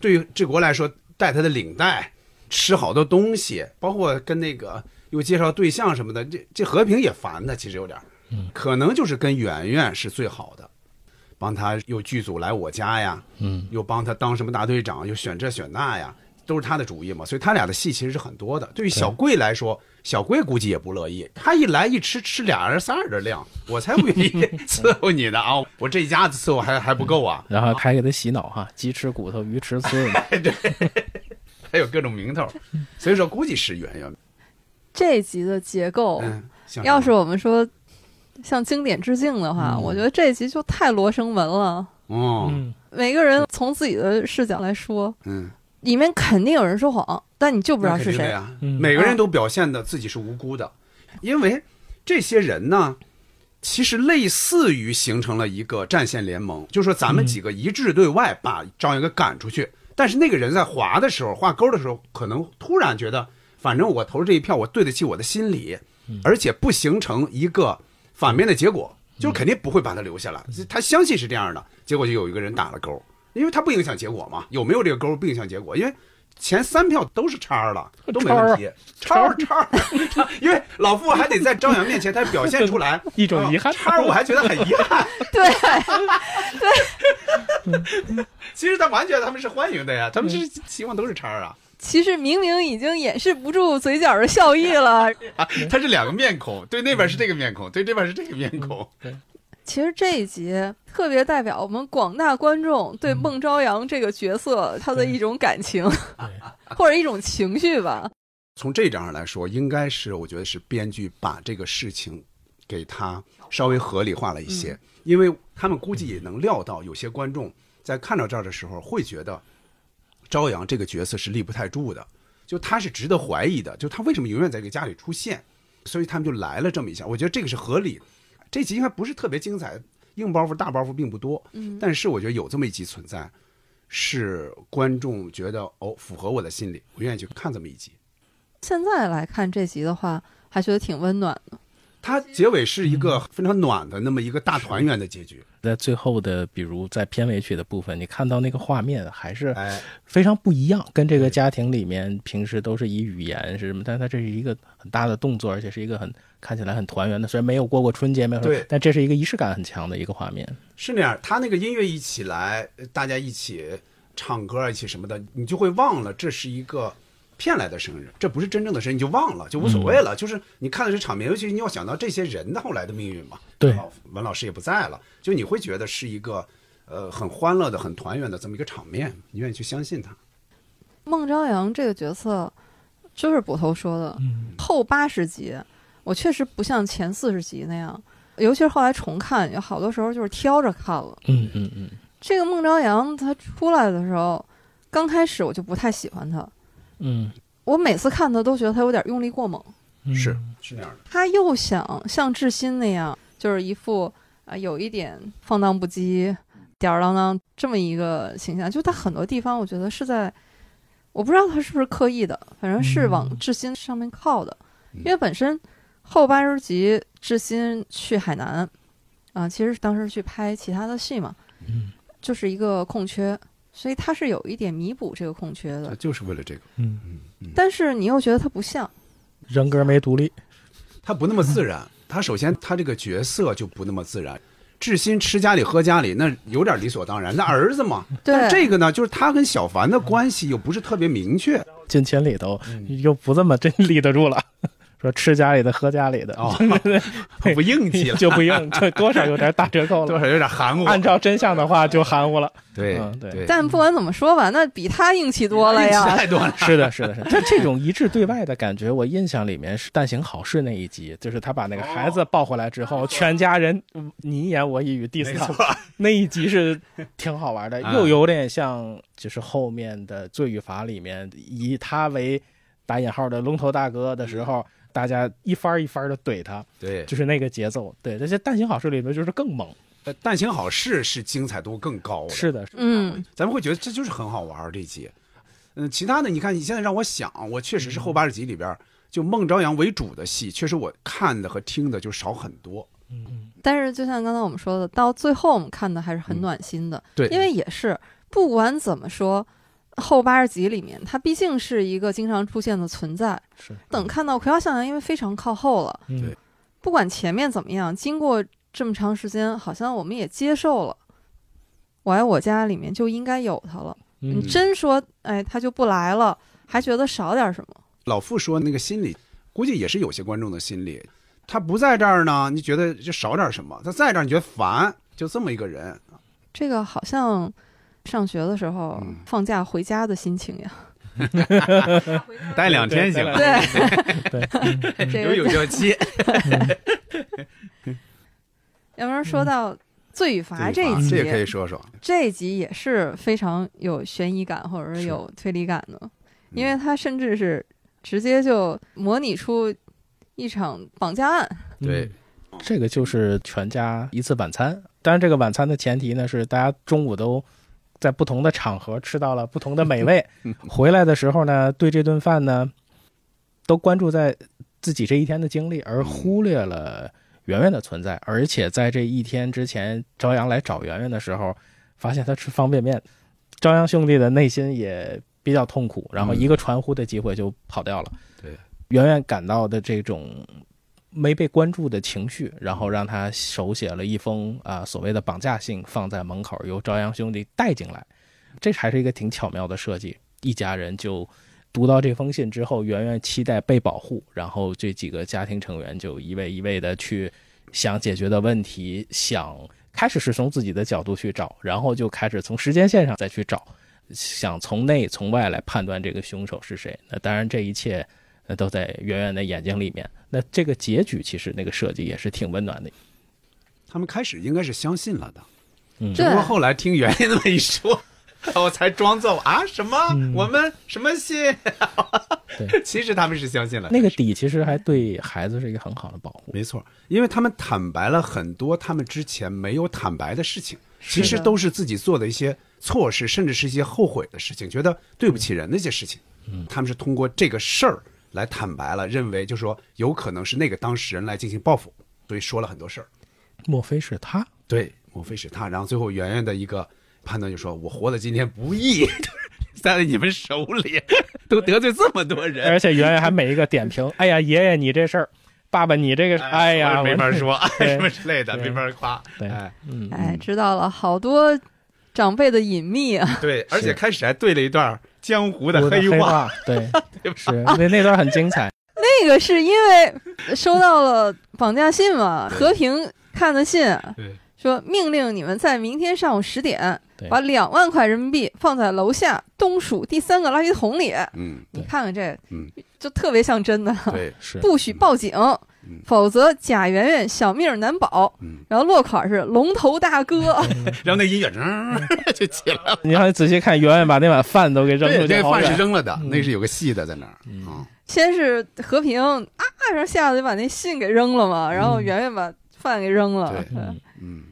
对于治国来说，带他的领带，吃好多东西，包括跟那个又介绍对象什么的。这这和平也烦他，其实有点儿，
嗯
可能就是跟圆圆是最好的，帮他又剧组来我家呀，
嗯，
又帮他当什么大队长，又选这选那呀，都是他的主意嘛。所以他俩的戏其实是很多的。对于小贵来说，小贵估计也不乐意，他一来一吃吃俩人仨人的量，我才不愿意 伺候你呢啊！我这一家子伺候还还不够啊，
然后还给他洗脑哈，鸡吃骨头，鱼吃 刺嘛。
还有各种名头，所以说估计是圆圆。
这一集的结构，
嗯，像
哦要是我们说向经典致敬的话，
嗯
我觉得这一集就太罗生门了。
哦，
嗯，
每个人从自己的视角来说，
嗯，
里面肯定有人说谎，但你就不知道
那
是
肯定的
谁。
呀。
嗯
每个人都表现的自己是无辜的，因为这些人呢，其实类似于形成了一个战线联盟，就说
嗯
咱们几个一致对外把张元给赶出去，但是那个人在划的时候、画勾的时候，可能突然觉得，反正我投这一票，我对得起我的心理，而且不形成一个反面的结果，就是肯定不会把他留下来。他相信是这样的，结果就有一个人打了勾，因为他不影响结果嘛，有没有这个勾不影响结果，因为前三票都是叉儿了，都没问题，叉儿啊叉儿，叉儿 因为老傅还得在张扬面前他表现出 来
一种遗憾
啊叉儿我还觉得很遗憾，
对，
其实他完全他们是欢迎的呀，他们是希望都是叉儿啊。
其实明明已经掩饰不住嘴角的笑意了。
啊，他是两个面孔，对那边是这个面孔，对这边是这个面孔。
其实这一集特别代表我们广大观众对孟朝阳这个角色他的一种感情， 或者一种情绪吧。
从这张上来说，应该是我觉得是编剧把这个事情给他稍微合理化了一些，因为他们估计也能料到，有些观众在看到这儿的时候会觉得朝阳这个角色是立不太住的，就他是值得怀疑的，就他为什么永远在这个家里出现，所以他们就来了这么一下，我觉得这个是合理。这集应该不是特别精彩，硬包袱大包袱并不多，但是我觉得有这么一集存在，是观众觉得哦符合我的心理，我愿意去看这么一集。
现在来看这集的话，还觉得挺温暖的。
它结尾是一
嗯
个非常暖的那么一个大团圆的结局。
在最后的，比如在片尾曲的部分，你看到那个画面还是
哎，
非常不一样，跟这个家庭里面平时都是以语言是什么，但它这是一个很大的动作，而且是一个很看起来很团圆的，虽然没有过过春节，没有什么
对
但这是一个仪式感很强的一个画面。
是那样，他那个音乐一起来，大家一起唱歌，一起什么的，你就会忘了这是一个骗来的生日，这不是真正的生日，你就忘了，就无所谓
嗯
了。就是你看的是场面，尤其是你要想到这些人的后来的命运嘛。
对
老文老师也不在了，就你会觉得是一个呃很欢乐的、很团圆的这么一个场面，你愿意去相信他。
孟朝阳这个角色，就是捕头说的，
嗯
后八十集，我确实不像前四十集那样，尤其是后来重看，有好多时候就是挑着看了。
嗯嗯嗯，
这个孟朝阳他出来的时候，刚开始我就不太喜欢他，
嗯
我每次看他都觉得他有点用力过猛，
嗯
是是那样的，
他又想像志新那样，就是一副啊、呃有一点放荡不羁、吊儿郎当这么一个形象，就他很多地方我觉得是在，我不知道他是不是刻意的，反正是往志新上面靠的，
嗯
因为本身后八十集志新去海南啊、其实当时去拍其他的戏嘛，
嗯
就是一个空缺，所以他是有一点弥补这个空缺
他
的，
就是为了这个，
嗯，
嗯嗯，
但是你又觉得他不像，
人格没独立，
他不那么自然。他首先他这个角色就不那么自然。志新吃家里喝家里，那有点理所当然。那儿子嘛，但
对
这个呢，就是他跟小凡的关系又不是特别明确
进千里头又不这么真立得住了， 说吃家里的喝家里的，
哦，不硬气了，
就不用，就多少有点打折 扣
多
了。
少有点含糊。
按照真相的话就含糊了。
对
嗯对
但不管怎么说吧，那比他硬气多了呀，
太多 了。
是的，是的，是的。他这种一致对外的感觉，我印象里面是《但行好事》那一集，就是他把那个孩子抱回来之后，全家人嗯你一言我一语 diss 他，那一集是挺好玩的，
嗯
又有点像就是后面的《罪与罚》里面以他为打引号的龙头大哥的时候，大家一番儿一番的怼他，
对，
就是那个节奏。对，这些《但行好事》里面就是更猛。
呃但行好事是精彩度更高的，
是的，
嗯，
咱们会觉得这就是很好玩儿这一集。嗯，其他的你看，你现在让我想，我确实是后八十集里边儿就孟朝阳为主的戏，确实我看的和听的就少很多。
嗯
但是就像刚才我们说的，到最后我们看的还是很暖心的，
对
因为也是不管怎么说，后八十集里面它毕竟是一个经常出现的存在。
是，
等看到《葵花向阳》，因为非常靠后了，
嗯，
不管前面怎么样，经过这么长时间，好像我们也接受了。我爱我家里面就应该有它了。
嗯
你真说，哎，它就不来了，还觉得少点什么。
老傅说那个心理，估计也是有些观众的心理。他不在这儿呢，你觉得就少点什么；他在这儿，你觉得烦，就这么一个人。
这个好像上学的时候、
嗯
放假回家的心情呀。
待两
天行
对，
对，
这个
效期。
要不然说到《罪与罚》这一集，
嗯这也可以说说，
这一集也是非常有悬疑感或者是
是嗯
有推理感的，因为它甚至是直接就模拟出一场绑架案。
对
嗯，这个就是全家一次晚餐。当然，这个晚餐的前提呢是大家中午都在不同的场合吃到了不同的美味，回来的时候呢，对这顿饭呢都关注在自己这一天的经历，而忽略了圆圆的存在。而且在这一天之前，朝阳来找圆圆的时候，发现他吃方便面，朝阳兄弟的内心也比较痛苦，然后一个传呼的机会就跑掉了。
对，
圆圆感到的这种没被关注的情绪，然后让他手写了一封啊所谓的绑架信，放在门口，由朝阳兄弟带进来。这还是一个挺巧妙的设计。一家人就读到这封信之后，圆圆期待被保护，然后这几个家庭成员就一位一位的去想解决的问题，想开始是从自己的角度去找，然后就开始从时间线上再去找，想从内从外来判断这个凶手是谁。那当然，这一切。呃都在圆圆的眼睛里面。那这个结局其实那个设计也是挺温暖的。
他们开始应该是相信了的，只
对
不过后来听袁爷那么一 说，我才装作啊什么、
嗯
我们什么信，
对
其实他们是相信了
那个底其实还对孩子是一个很好的保护。
没错，因为他们坦白了很多他们之前没有坦白的事情，其实都是自己做的一些错事，甚至是一些后悔的事情，觉得对不起人的一些事情。嗯，他们是通过这个事儿来坦白了，认为就说有可能是那个当事人来进行报复，所以说了很多事儿。
莫非是他？
对，莫非是他？然后最后圆圆的一个判断就说：“我活的今天不易，在你们手里，都得罪这么多人
而，且圆圆还每一个点评， 哎呀，爷爷你这事儿，爸爸你这个，哎呀，
我也没法
我
说
对
什么之类的，没
对
法夸。”
对
哎，
嗯，
哎，知道了好多长辈的隐秘啊，
对，而且开始还对了一段江湖
我
的
的
黑
黑
话。
话，对，是那那段很精彩。
那个是因为收到了绑架信嘛，和平看的信，
对，
说命令你们在明天上午十点
对
把两万块人民币放在楼下东蜀第三个垃圾桶里。
嗯，
你看看这，
嗯
就特别像真的。
对，
是
不许报警，
嗯
否则贾圆圆小命难保。
嗯，
然后落款是龙头大 哥，
然后那音乐嗯噌就起来了。
你要仔细看，圆圆把那碗饭都给扔出
对，
去
那
好
饭是
远。
扔了的，
嗯
那是有个细的在那儿啊。
先是和平啊，然后吓得把那信给扔了嘛，然后
嗯
圆圆把饭给扔了
对。
嗯
嗯，
嗯，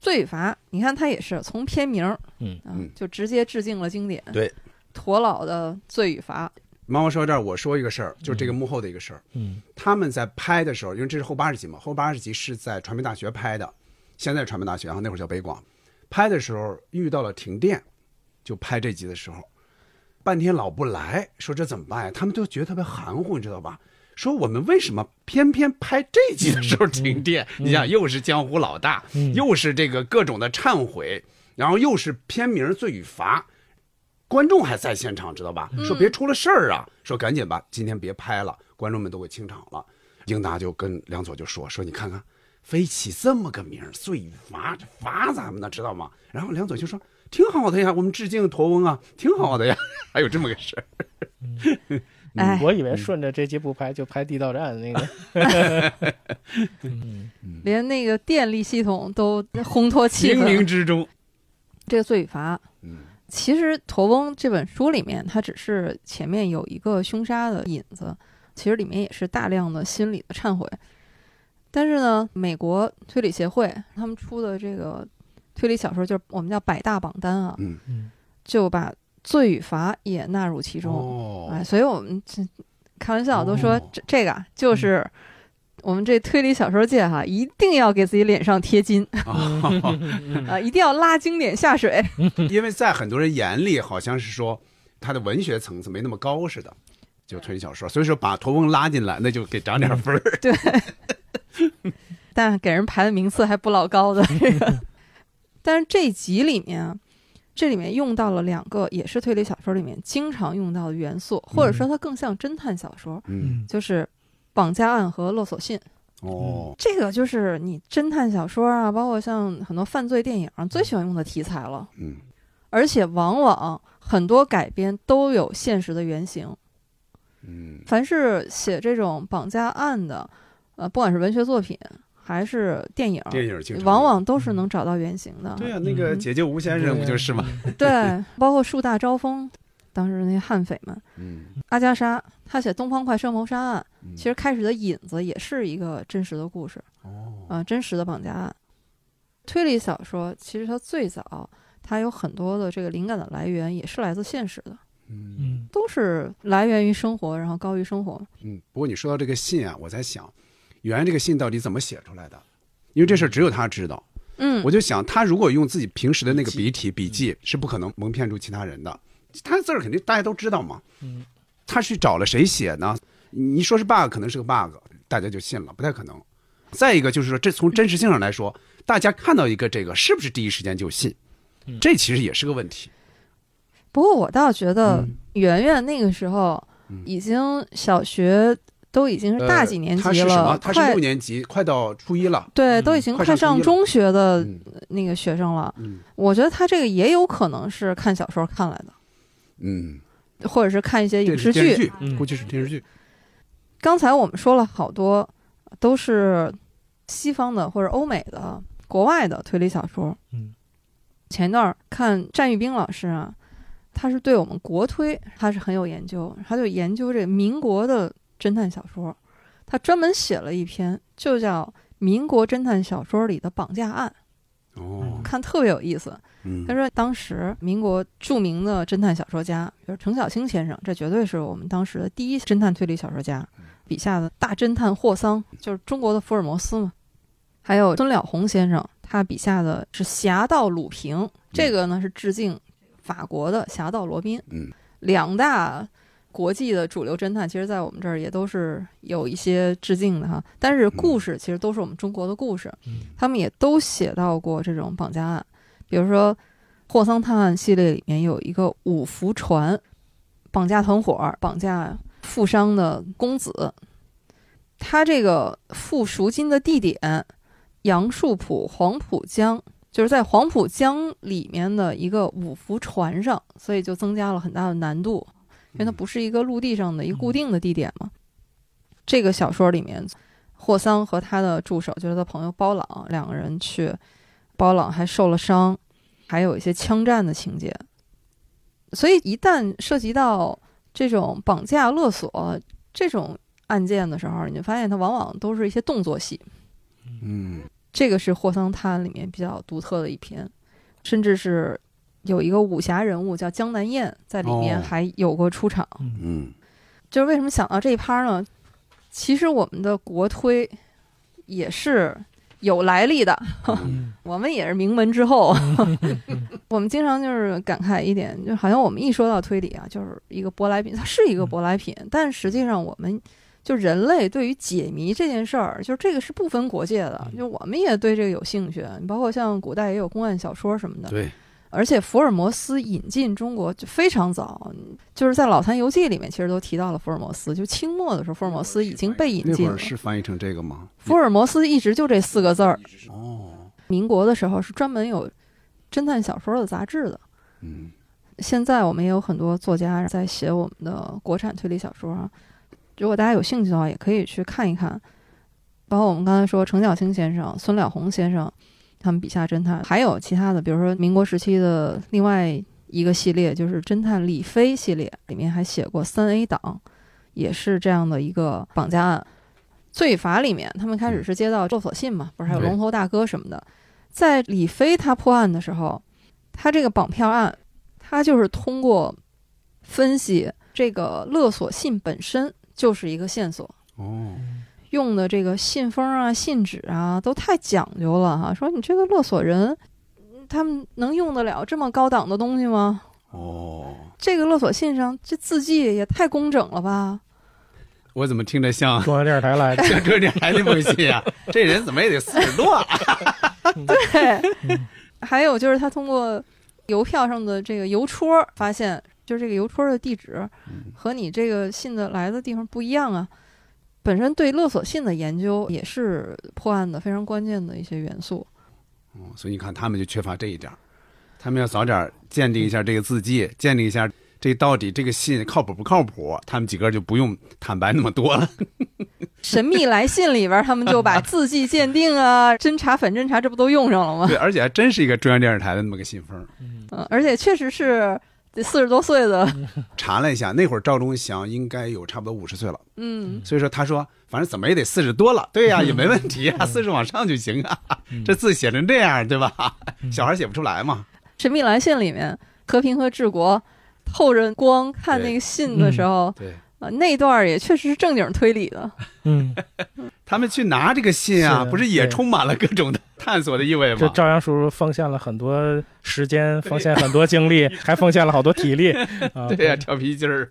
罪罚，你看他也是从片名儿，
嗯
啊
嗯
就直接致敬了经典。
对，
驼老的《罪与罚》，
妈妈说到这儿，我说一个事儿，就是这个幕后的一个事儿。
嗯
他们在拍的时候，因为这是后八十集嘛，后八十集是在传媒大学拍的，现在传媒大学，然啊后那会儿叫北广，拍的时候遇到了停电，就拍这集的时候，半天老不来，说这怎么办呀？他们都觉得特别含糊，你知道吧？说我们为什么偏偏拍这集的时候停电？你想，又是江湖老大，又是这个各种的忏悔，然后又是片名《罪与罚》，观众还在现场，知道吧？说别出了事儿啊，说赶紧吧，今天别拍了，观众们都会清场了。英达就跟梁左就说说你看看，非起这么个名儿，罪与罚，这罚咱们呢，知道吗？然后梁左就说挺好的呀，我们致敬驼翁啊，挺好的呀， 还有这么个事儿。嗯
哎，
我以为顺着这集不拍就拍地道战 那个，
连那个电力系统都烘托气
冥
氛。
冥之中，
这个《罪与罚》，
嗯
其实《驼翁》这本书里面，它只是前面有一个凶杀的引子，其实里面也是大量的心理的忏悔。但是呢，美国推理协会他们出的这个推理小说，就是我们叫百大榜单啊，
嗯，
嗯
就把罪与罚也纳入其中。
哦
哎，，所以我们这开玩笑都说、
哦
这这个啊就是我们这推理小说界哈，一定要给自己脸上贴金
哦
啊，一定要拉经典下水。
因为在很多人眼里，好像是说他的文学层次没那么高似的，就推理小说，所以说把驼翁拉进来，那就给涨点分儿。
但给人排的名次还不老高的这个。 但是这集里面啊，这里面用到了两个也是推理小说里面经常用到的元素，或者说它更像侦探小说，
嗯，
就是绑架案和勒索信。
哦，
这个就是你侦探小说啊，包括像很多犯罪电影啊最喜欢用的题材了，
嗯，
而且往往很多改编都有现实的原型。
嗯，
凡是写这种绑架案的，呃，不管是文学作品还是电影，
电影经常
往往都是能找到原型的。
啊对啊，那个姐姐吴先生不就是吗？
嗯对包括树大招风，当时那些悍匪们，
嗯，
阿加莎她写《东方快车谋杀案》，
嗯
其实开始的引子也是一个真实的故事，
哦，
啊、真实的绑架案。推理小说其实它最早，它有很多的这个灵感的来源也是来自现实的，
嗯
嗯
都是来源于生活，然后高于生活。
嗯。不过你说到这个信啊，我在想，原来这个信到底怎么写出来的？因为这事儿只有他知道。
嗯
我，就想，他如果用自己平时的那个笔体笔记，嗯是不可能蒙骗住其他人的。他的字儿肯定大家都知道嘛。
嗯，
他去找了谁写呢？你说是 bug，可能是个 bug，大家就信了，不太可能。再一个就是说，这从真实性上来说，大家看到一个这个，是不是第一时间就信？这其实也是个问题。
不过我倒觉得
嗯
圆圆那个时候已经小学都已经是大几年
他
级
呃是什么
了，？
他是
快
六年级，快到初一了。
对，都已经
快
快
上
上
中
中学的
嗯
那个学生了。
嗯
我觉得他这个也有可能是看小说看来
嗯，
的，或者是看一些影
电
视
视电视
剧。
剧
嗯
估计是电视剧。
刚才我们说了好多都是西方的或者欧美的、国外的推理小说。
嗯，
前一段儿看战玉冰老师啊，他是对我们国推他是很有研究，他就研究这民国的侦探小说，他专门写了一篇，就叫《民国侦探小说里的绑架案》。
哦，
看特别有意思。
嗯
他说，当时民国著名的侦探小说家，比如程小青先生，这绝对是我们当时的第一侦探推理小说家，笔下的大侦探霍桑就是中国的福尔摩斯嘛。还有孙了红先生，他笔下的是侠盗鲁平，这个呢是致敬法国的侠盗罗宾。
嗯，
两大国际的主流侦探，其实在我们这儿也都是有一些致敬的哈。但是故事其实都是我们中国的故事，他们也都写到过这种绑架案，比如说霍桑探案》系列里面有一个五福船，绑架团伙，绑架富商的公子。他这个付赎金的地点，杨树浦黄浦江，就是在黄浦江里面的一个五福船上，所以就增加了很大的难度，因为
嗯
它不是一个陆地上的一个固定的地点嘛。这个小说里面，霍桑和他的助手，就是他朋友包朗，两个人去，包朗还受了伤，还有一些枪战的情节。所以一旦涉及到这种绑架勒索这种案件的时候，你就发现它往往都是一些动作戏。
嗯，
这个是《霍桑探案》里面比较独特的一篇，甚至是有一个武侠人物叫江南燕，在里面
哦
还有过出场。
嗯，
就是为什么想到这一趴呢？其实我们的国推也是有来历的，
嗯
我们也是名门之后。 我们经常就是感慨一点，就好像我们一说到推理啊，就是一个舶来品，它是一个舶来品，但实际上我们就人类对于解谜这件事儿，就是这个是不分国界的，就我们也对这个有兴趣。啊你包括像古代也有公案小说什么的，
对，
而且福尔摩斯引进中国就非常早，就是在《老残游记》里面其实都提到了福尔摩斯。就清末的时候，福尔摩斯已经被引
那会
进了
儿。是翻译成这个吗？
福尔摩斯一直就这四个字儿。
哦，
民国的时候是专门有侦探小说的杂志的。
嗯，
现在我们也有很多作家在写我们的国产推理小说啊，如果大家有兴趣的话，也可以去看一看。包括我们刚才说程小青先生、孙了红先生他们笔下侦探，还有其他的，比如说民国时期的另外一个系列，就是侦探李飞系列，里面还写过三 A 党，也是这样的一个绑架案。罪罚里面，他们开始是接到勒索信嘛，不是还有
对
龙头大哥什么的。在李飞他破案的时候，他这个绑票案，他就是通过分析这个勒索信本身就是一个线索，
哦，
用的这个信封啊、信纸啊都太讲究了哈、说你这个勒索人，嗯他们能用得了这么高档的东西吗？
哦，
这个勒索信上这字迹也太工整了吧？
我怎么听着像，
中央电视台来的
像这点来的不信呀？这人怎么也得四十多啊？
对， 还有就是他通过邮票上的这个邮戳发现，就是这个邮戳的地址和你这个信的来的地方不一样啊。本身对勒索信的研究也是破案的非常关键的一些元素。
哦所以你看，他们就缺乏这一点儿，他们要早点建立一下这个字迹，建立一下这到底这个信靠谱不靠谱，他们几个就不用坦白那么多了。
神秘来信里边，他们就把字迹鉴定啊、侦查反侦查，这不都用上了吗？
对，而且还真是一个中央电视台的那么个信封。
嗯，而且确实是四十多岁的，
查了一下，那会儿赵忠祥应该有差不多五十岁了，
嗯，
所以说他说，反正怎么也得四十多了，对呀、也没问题
嗯
啊，四十往上就行啊。这字写成这样，对吧？
嗯
小孩写不出来嘛。
神秘来信里面，和平和治国透着光看那个信的时候，
对，
啊，那段儿也确实是正经推理的，
嗯，
他们去拿这个信啊，
是
不是也
对
充满了各种的探索的意味
这
吗？
赵阳叔叔奉献了很多时间，奉献很多 精力，还奉献了好多体力。啊
对呀、跳皮筋儿。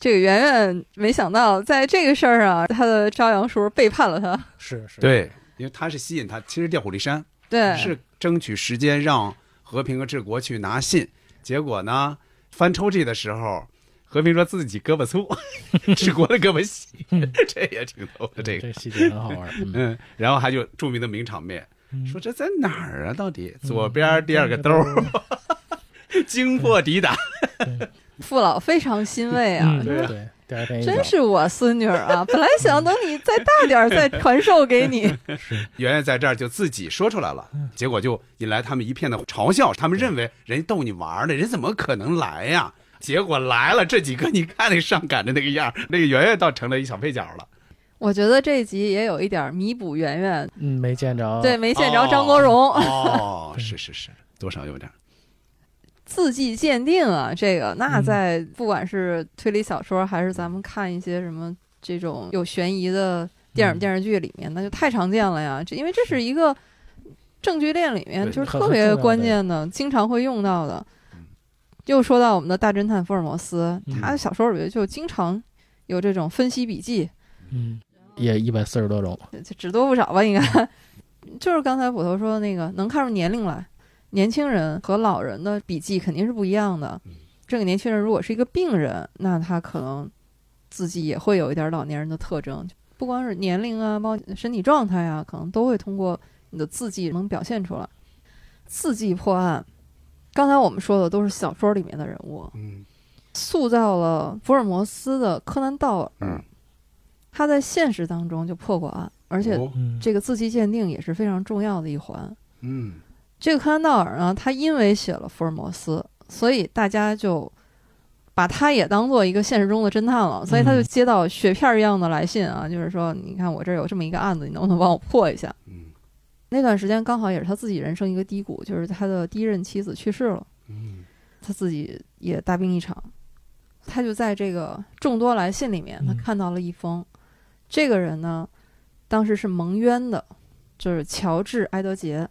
这个圆圆没想到，在这个事儿上，他的朝阳叔背叛了他。
是是，，
对，因为他是吸引他，其实调虎离山
对，
是争取时间让和平和治国去拿信，结果呢，翻抽屉的时候，和平说自己胳膊粗， 治国的胳膊细， 这也挺逗的这个。
这细节很好玩。嗯
嗯，然后还有著名的名场面，说这在哪儿啊？到底左边嗯第二个兜儿， 惊破抵挡，
父老非常欣慰啊
嗯，
对啊
对，第二天一
真
早
是我孙女儿啊！本来想等你再大点儿再传授给你，
圆圆在这儿就自己说出来了，结果就引来他们一片的嘲笑。他们认为人逗你玩儿呢，人怎么可能来呀？结果来了，这几个你看那上赶着那个样儿，那个圆圆倒成了一小配角了。
我觉得这一集也有一点弥补圆圆
嗯没见着，
对没见着张国荣、
哦，是是是，多少有点儿。
字迹鉴定啊，这个
嗯
那在不管是推理小说还是咱们看一些什么这种有悬疑的电影
嗯
电视剧里面，那就太常见了呀。这因为这是一个证据链里面
对
就是特
很很重
别
要的
关键的，经常会用到的
嗯。
又说到我们的大侦探福尔摩斯，
嗯
他的小说里面就经常有这种分析笔记，
嗯，也一百四十多种，
就只多不少吧，应该。就是刚才捕头说的那个，能看出年龄来，年轻人和老人的笔记肯定是不一样的。这个年轻人如果是一个病人，那他可能自己也会有一点老年人的特征，不光是年龄啊，包括你的身体状态啊，可能都会通过你的字迹能表现出来。字迹破案，刚才我们说的都是小说里面的人物，
嗯
塑造了福尔摩斯的柯南道尔，
嗯
他在现实当中就破过案，而且
哦
嗯，
这个字迹鉴定也是非常重要的一环。
嗯
这个柯南道尔呢，他因为写了福尔摩斯，所以大家就把他也当做一个现实中的侦探了，所以他就接到雪片一样的来信啊，就是说，你看我这儿有这么一个案子，你能不能帮我破一下？
嗯
那段时间刚好也是他自己人生一个低谷，就是他的第一任妻子去世了。
嗯
他自己也大病一场，他就在这个众多来信里面，他
嗯
看到了一封，这个人呢，当时是蒙冤的，就是乔治·埃德杰，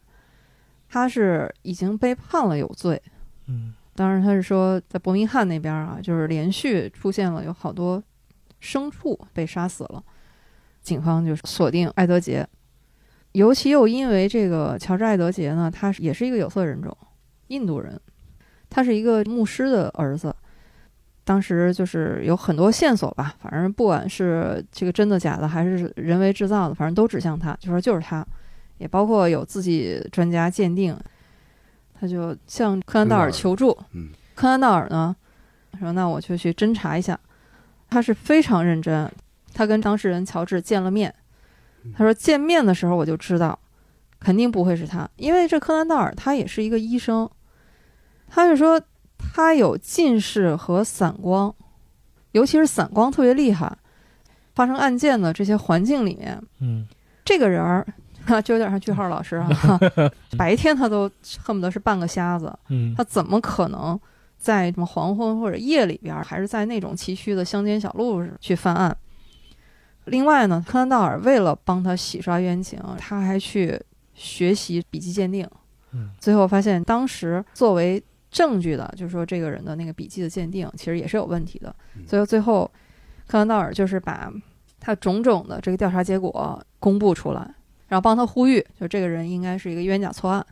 他是已经被判了有罪，
嗯
当然他是说在伯明翰那边啊，就是连续出现了有好多牲畜被杀死了，警方就锁定埃德杰，尤其又因为这个乔治·埃德杰呢，他是也是一个有色人种，印度人，他是一个牧师的儿子。当时就是有很多线索吧，反正不管是这个真的假的，还是人为制造的，反正都指向他，就说就是他，也包括有自己专家鉴定，他就向柯南道尔求助。
嗯
柯南道尔呢说：“那我就去侦查一下。”他是非常认真，他跟当事人乔治见了面。他说见面的时候我就知道，肯定不会是他，因为这柯南道尔他也是一个医生，他就说他有近视和散光，尤其是散光特别厉害。发生案件的这些环境里面，
嗯
这个人儿 就有点像句号老师啊， 白天他都恨不得是半个瞎子，
嗯
他怎么可能在什么黄昏或者夜里边儿，还是在那种崎岖的乡间小路上去犯案？另外呢，柯南道尔为了帮他洗刷冤情，他还去学习笔迹鉴定。
嗯
最后发现当时作为证据的，就是说这个人的那个笔迹的鉴定其实也是有问题的。
嗯
所以最后，柯南道尔就是把他种种的这个调查结果公布出来，然后帮他呼吁，就这个人应该是一个冤假错案。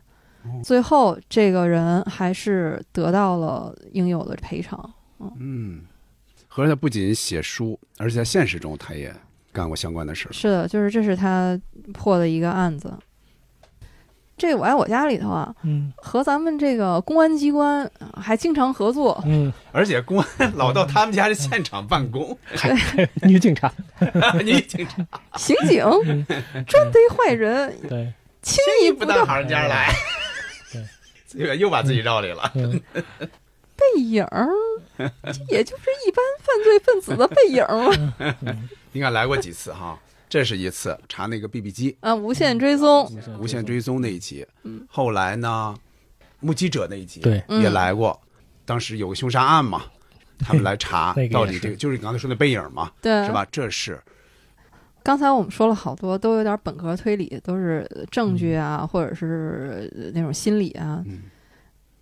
最后，这个人还是得到了应有的赔偿。
嗯，合着他不仅写书，而且在现实中他也干过相关的事儿。
是的，就是这是他破的一个案子。这个《我爱我家》里头啊，
嗯
和咱们这个公安机关啊还经常合 作。
嗯，
而且公安老到他们家是现场办公，
女警察，
女警察
刑警专逮坏人，
对，
轻易不
到
到
行家来
对，
这个又把 自己绕里了。
嗯
背影儿，这也就是一般犯罪分子的背影儿嘛。
应该来过几次哈，这是一次查那个 BB 机
啊，无限追踪，
无限追踪那一集，后来呢，目击者那一集
嗯对
嗯
也来过，当时有个凶杀案嘛，他们来 查
那个也
到底这
是
个就是你刚才说的背影嘛，
对，
是吧？这是
刚才我们说了好多，都有点本科推理，都是证据啊，或者是呃那种心理啊。
嗯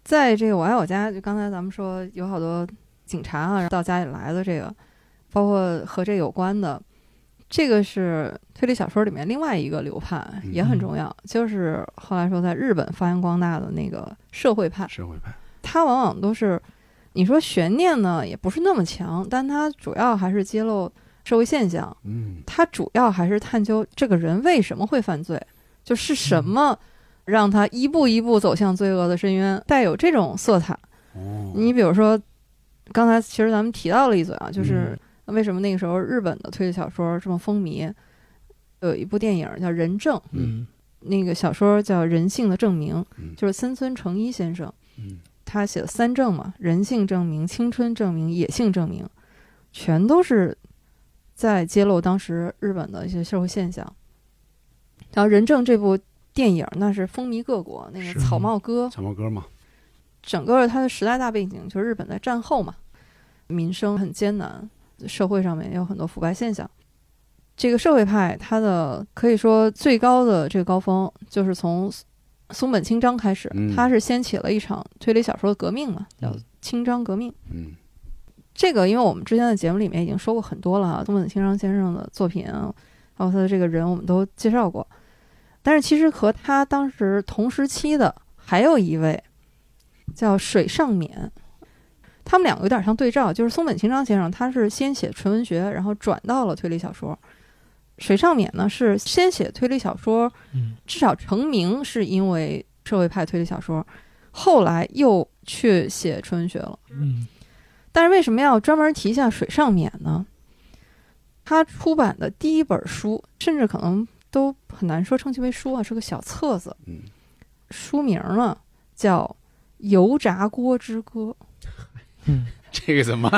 在这个《我爱我家》，就刚才咱们说有好多警察啊到家里来的这个，包括和这有关的，这个是推理小说里面另外一个流派，
嗯
也很重要，就是后来说在日本发扬光大的那个社会派。
社会派，
它往往都是，你说悬念呢也不是那么强，但它主要还是揭露社会现象，
嗯
它主要还是探究这个人为什么会犯罪，就是什么让他一步一步走向罪恶的深渊，带有这种色彩。
哦，
你比如说，刚才其实咱们提到了一嘴啊，就是
嗯
为什么那个时候日本的推理小说这么风靡，有一部电影叫《人证》，
嗯
那个小说叫《人性的证明》
嗯，
就是森村诚一先生。
嗯
他写的三证嘛，人性证明、青春证明、野性证明，全都是在揭露当时日本的一些社会现象。然后《人证》这部电影那是风靡各国，那
是
个草帽哥，
小毛哥嘛，
整个它的时代大背景就是日本在战后嘛，民生很艰难，社会上面也有很多腐败现象。这个社会派它的可以说最高的这个高峰，就是从松松本清张开始
嗯，
他是掀起了一场推理小说的革命嘛，叫
嗯
清张革命。
嗯
这个，因为我们之前的节目里面已经说过很多了啊，松本清张先生的作品啊，还有他的这个人，我们都介绍过。但是其实和他当时同时期的还有一位叫水上勉，他们两个有点像对照，就是松本清张先生，他是先写纯文学，然后转到了推理小说。水上勉呢是先写推理小说，
嗯
至少成名是因为社会派推理小说，后来又去写纯文学了。
嗯
但是为什么要专门提一下水上勉呢？他出版的第一本书，甚至可能都很难说称其为书啊，是个小册子。
嗯，
书名呢叫《油炸锅之歌》。
这个怎么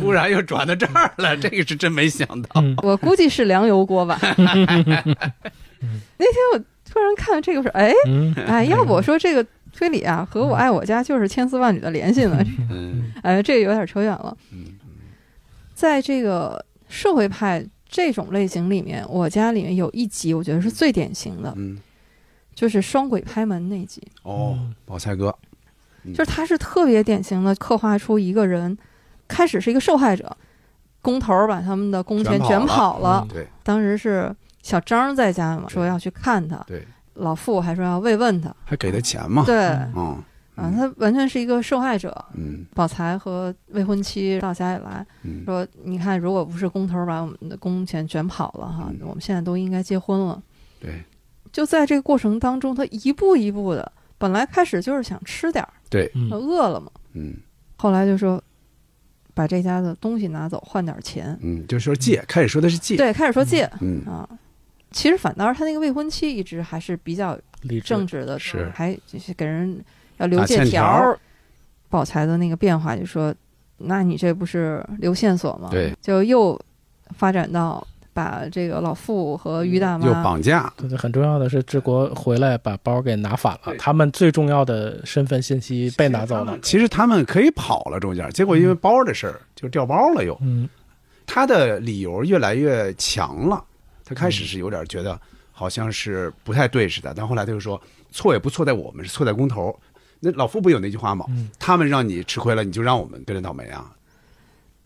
忽然又转到这儿 了？这个是真没想到。
嗯
我估计是凉油锅吧。 那天我突然看这个说，哎
嗯
哎，要不我说这个推理啊，和我爱我家就是千丝万缕的联系呢。
嗯
哎，这有点扯远了。
嗯
在这个社会派这种类型里面，我家里面有一集，我觉得是最典型的，
嗯，
就是双鬼拍门那集，
哦，
嗯
宝菜哥，
就是它是特别典型的刻画出一个人，开始是一个受害者，工头儿把他们的工钱
卷
卷
跑嗯
跑了，
对
当时是小张在家嘛，说要去看他，
对，
老傅还说要慰问他，
还给他钱嘛？
对，
啊嗯
啊，他完全是一个受害者。
嗯
宝才和未婚妻到家里来
嗯
说：“你看，如果不是工头把我们的工钱卷跑了哈，
嗯
我们现在都应该结婚了。
对”
就在这个过程当中，他一步一步的，本来开始就是想吃点儿，
对，
他
嗯
饿了嘛，
嗯
后来就说把这家的东西拿走换点儿钱，
嗯，就说借，开始说的是借，
对，开始说借
嗯
啊。其实反倒是他那个未婚妻一直还是比较
理智
政治的，
是
还就是给人要留
打
借
欠条
儿。宝财的那个变化就说，那你这不是留线索吗？
对，
就又发展到把这个老傅和于大
嗯又
妈，
绑架，
对对，很重要的是，治国回来把包给拿反了
对，
他们最重要的身份信息被拿走了。
其实他们可以跑了，中间，结果因为包的事儿就掉包了又。
嗯，
他的理由越来越强了，他开始是有点觉得好像是不太对似的，但后来他就说错也不错在我们，是错在工头。那老夫不有那句话吗？他们让你吃亏了，你就让我们跟着倒霉啊！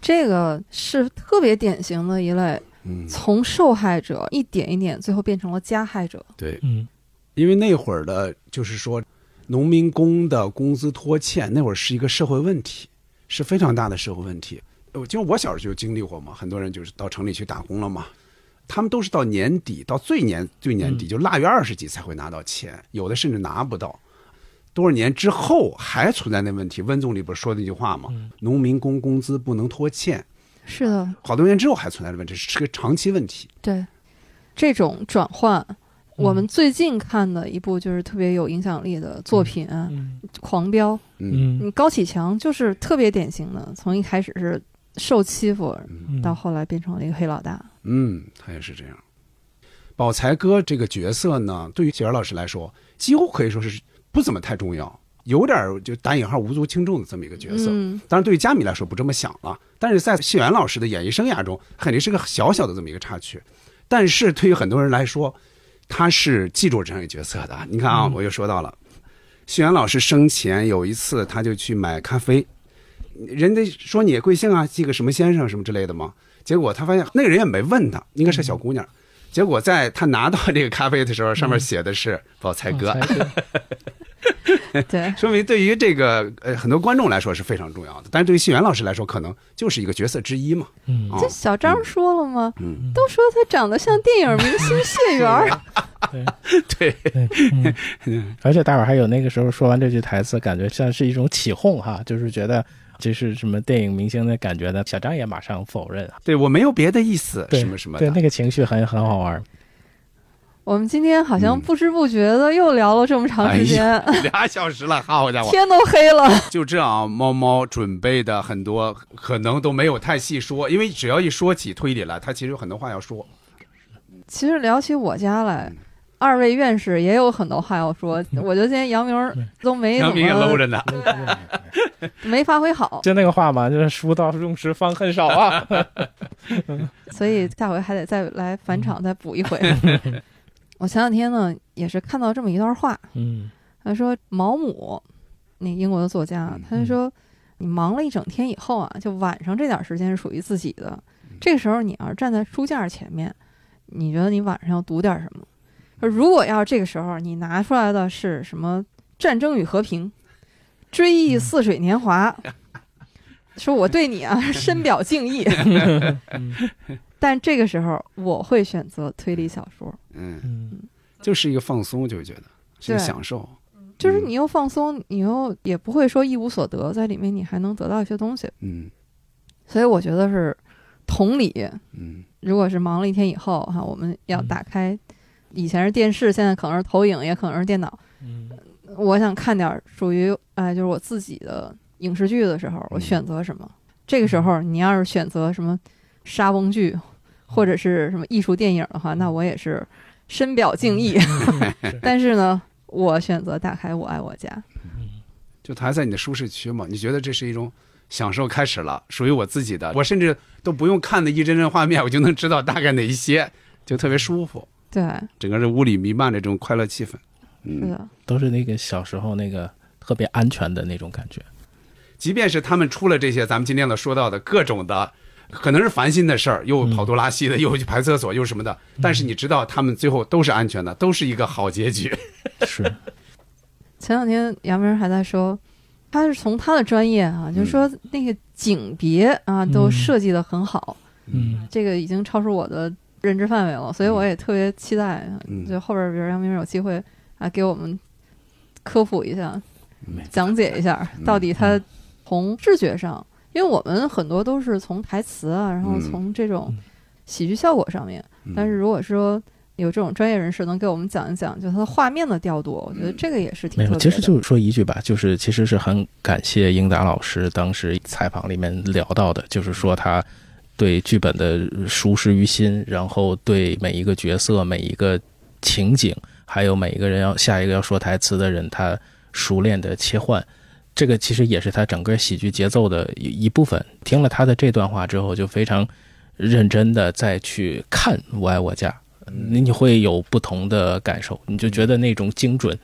这个是特别典型的一类，
嗯，
从受害者一点一点，最后变成了加害者。
对，
嗯
因为那会儿的，就是说农民工的工资拖欠，那会儿是一个社会问题，是非常大的社会问题。呃就我小时候就经历过嘛，很多人就是到城里去打工了嘛，他们都是到年底，到最年最年底，就腊月二十几才会拿到钱，有的甚至拿不到。多少年之后还存在那问题？温总理不是说那句话嘛，农民工工资不能拖欠，
是的，
好多年之后还存在这问题，是个长期问题。
对，嗯这种转换。我们最近看的一部就是特别有影响力的作品啊，
嗯
狂飙》。
嗯
嗯，高启强就是特别典型的，从一开始是受欺负，
嗯
到后来变成了一个黑老大。
嗯，他也是这样。宝才哥这个角色呢，对于雪儿老师来说，几乎可以说是不怎么太重要，有点儿就打引号无足轻重的这么一个角色。
嗯，
当然，对于佳米来说不这么想了，但是在谢元老师的演艺生涯中，肯定是个小小的这么一个插曲。但是对于很多人来说，他是记住这样一个角色的。你看啊，我又说到了，谢元老师生前有一次，他就去买咖啡，人家说你贵姓啊，记个什么先生什么之类的嘛。结果他发现那个人也没问他，应该是个小姑娘。结果在他拿到这个咖啡的时候，上面写的是宝才哥，
才哥，
对，
说明对于这个呃很多观众来说是非常重要的，但是对于谢元老师来说，可能就是一个角色之一嘛。
嗯
啊
这小张说了吗？
嗯
都说他长得像电影明星谢元儿。
对，
而且大伙儿还有那个时候说完这句台词，感觉像是一种起哄哈，就是觉得这是什么电影明星的感觉的。小张也马上否认，
对我没有别的意思，
对
什么什么
对
的。
那个情绪很很好玩。
我们今天好像
嗯
不知不觉的又聊了这么长时间，
俩小时了，好家伙！
天都黑了。
就这样，猫猫准备的很多可能都没有太细说，因为只要一说起推理来，他其实有很多话要说。
其实聊起我家来。二位院士也有很多话要说，我觉得今天杨明 儿都没
杨
怎
明也搂
么
着呢，
没发挥好，
就那个话嘛，就是书到用时方恨少啊。
所以下回还得再来返
嗯
场再补一 回。我前两天呢也是看到这么一段话，
嗯
他说毛姆，那英国的作家
嗯，
他就说你忙了一整天以后啊，就晚上这点时间是属于自己的。
嗯
这个时候你要是站在书架前面，你觉得你晚上要读点什么？说如果要是这个时候你拿出来的是什么战争与和平》，追
嗯
忆似水年华，说我对你 啊深表敬意。但这个时候，我会选择推理小说，
嗯，
嗯，
就是一个放松，就会觉得是一个
对
享受。
就是你又放松，你又也不会说一无所得，在里面你还能得到一些东西。
嗯
所以我觉得是同理，
嗯
如果是忙了一天以后哈，我们要
嗯
打开，以前是电视，现在可能是投影，也可能是电脑。
嗯
我想看点儿属于哎，就是我自己的影视剧的时候，我
嗯
选择什么？这个时候，你要是选择什么沙翁剧或者是什么艺术电影的话，那我也是深表敬意。 但是呢，我选择打开《我爱我家》，
就它还在你的舒适区嘛？你觉得这是一种享受开始了，属于我自己的，我甚至都不用看那一帧帧画面，我就能知道大概哪一些，就特别舒服。
对，
整个这屋里弥漫着这种快乐气氛。
是
嗯，
的，
都是那个小时候那个特别安全的那种感觉。
即便是他们出了这些咱们今天的说到的各种的，可能是烦心的事儿，又跑肚拉稀的，
嗯
又去排厕所，又什么的，但是你知道他们最后都是安全的，都是一个好结局。
是，
前两天杨明还在说，他是从他的专业
嗯
啊，就说那个景别啊都
嗯
设计的很好，
嗯
这个已经超出我的认知范围了，所以我也特别期待，啊
嗯
就后边比如杨明有机会啊给我们科普一下
没、嗯
讲解一下，到底他从视觉上，因为我们很多都是从台词啊，然后
嗯
从这种
嗯
喜剧效果上面，但是如果说。有这种专业人士能给我们讲一讲，就它的画面的调度，我觉
嗯
得这个也是挺
没
特别
有，
的。
其实就是说一句吧，就是其实是很感谢英达老师当时采访里面聊到的，就是说他对剧本的熟识于心，然后对每一个角色、每一个情景，还有每一个人要下一个要说台词的人，他熟练的切换。这个其实也是他整个喜剧节奏的一一部分。听了他的这段话之后，就非常认真的再去看《我爱我家》，你你会有不同的感受，你就觉得那种精准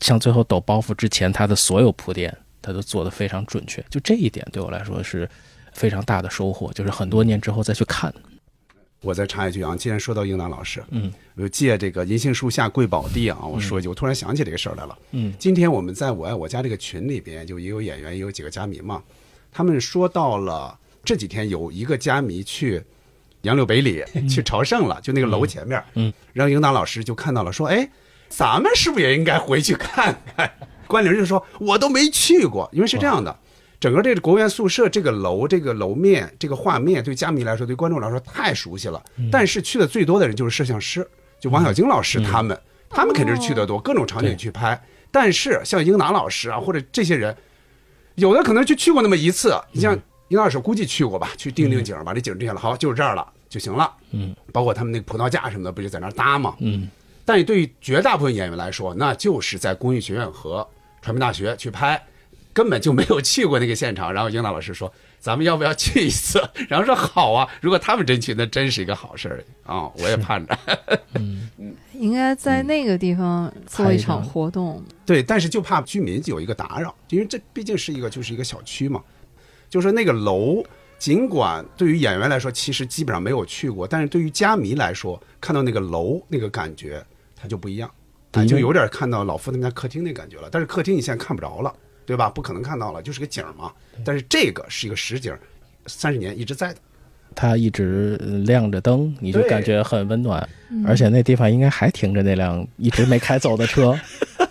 像最后抖包袱之前，他的所有铺垫，他都做得非常准确。就这一点对我来说是非常大的收获，就是很多年之后再去看，
我再插一句啊，既然说到英达老师，
嗯
我就借这个银杏树下贵宝地啊，我说一句，我突然想起这个事儿来了。
嗯
今天我们在我爱我家这个群里边，就也有演员，也有几个家迷嘛，他们说到了这几天有一个家迷去杨柳北里、去朝圣了，就那个楼前面，
嗯，
让英达老师就看到了，说，哎，咱们是不是也应该回去看看？关玲就说，我都没去过，因为是这样的。整个这个国务院宿舍这个楼、这个楼面、这个画面，对家迷来说，对观众来说太熟悉了。
嗯
但是去的最多的人就是摄像师，就王小晶老师他们，他们肯定是去的多，各种场景
对
去拍。但是像英达老师啊，或者这些人，有的可能就去过那么一次。你
嗯
像英达老师，估计去过吧，去定定景儿，把这景儿定下来，好，就是这儿了就行了。
嗯，
包括他们那个葡萄架什么的，不就在那儿搭吗？
嗯
但是对于绝大部分演员来说，那就是在工艺学院和传媒大学去拍，根本就没有去过那个现场。然后英达老师说：“咱们要不要去一次？”然后说：“好啊，如果他们真去，那真是一个好事儿啊、我也盼着。
嗯，
应该在那个地方做一场活动，
对，但是就怕居民有一个打扰，因为这毕竟是一个就是一个小区嘛。就说那个楼，尽管对于演员来说其实基本上没有去过，但是对于家迷来说，看到那个楼那个感觉，它就不一样，
嗯
它就有点看到老傅他们家客厅那感觉了。但是客厅你现在看不着了，对吧？不可能看到了，就是个景儿嘛。但是这个是一个实景儿，三十年一直在的。
他一直呃亮着灯，你就
对
感觉很温暖，
嗯
而且那地方应该还停着那辆一直没开走 的车，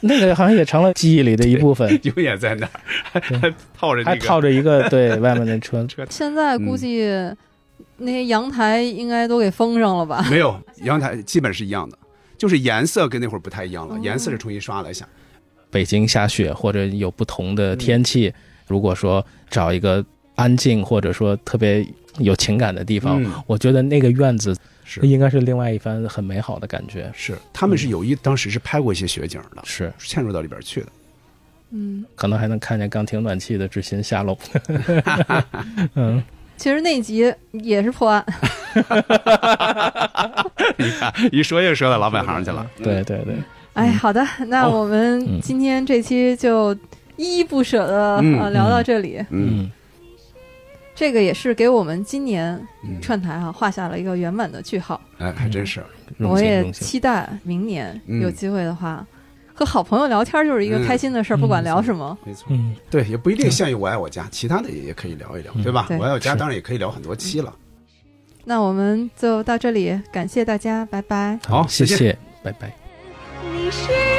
那个好像也成了记忆里的一部分，
永远在那儿，还还套着
还
那个
套着一个对外面的车，
现在估计那些阳台应该都给封上了吧？
没有阳台，基本是一样的，就是颜色跟那会儿不太一样
哦
了，颜色是重新刷了一下。
北京下雪或者有不同
嗯
的天气，如果说找一个安静或者说特别有情感的地方，
嗯
我觉得那个院子
是
应该是另外一番很美好的感觉。
是，他们是有意当时嗯是拍过一些雪景的，
是，
嵌入到里边去的。
嗯，
可能还能看见刚停暖气的志新下楼。
嗯
其实那集也是破案，
你看， 一说又说到老本行去了。 嗯
对对对，
哎，好的，那我们今天这期就依依不舍的、
嗯
呃聊到这里，
嗯，
这个也是给我们今年
嗯
串台啊画下了一个圆满的句号。
哎，还真是，
荣
我
幸
也
荣幸。
期待明年
嗯
有机会的话，和好朋友聊天就是一个
嗯
开心的事儿，不管聊什么，
没错，
嗯，
对，也不一定限于我爱我家，其他的也也可以聊一聊，对吧？
对
我爱我家
是
当然也可以聊很多期了。
那我们就到这里，感谢大家，拜拜。
好
谢
再见
谢，拜拜。
你是。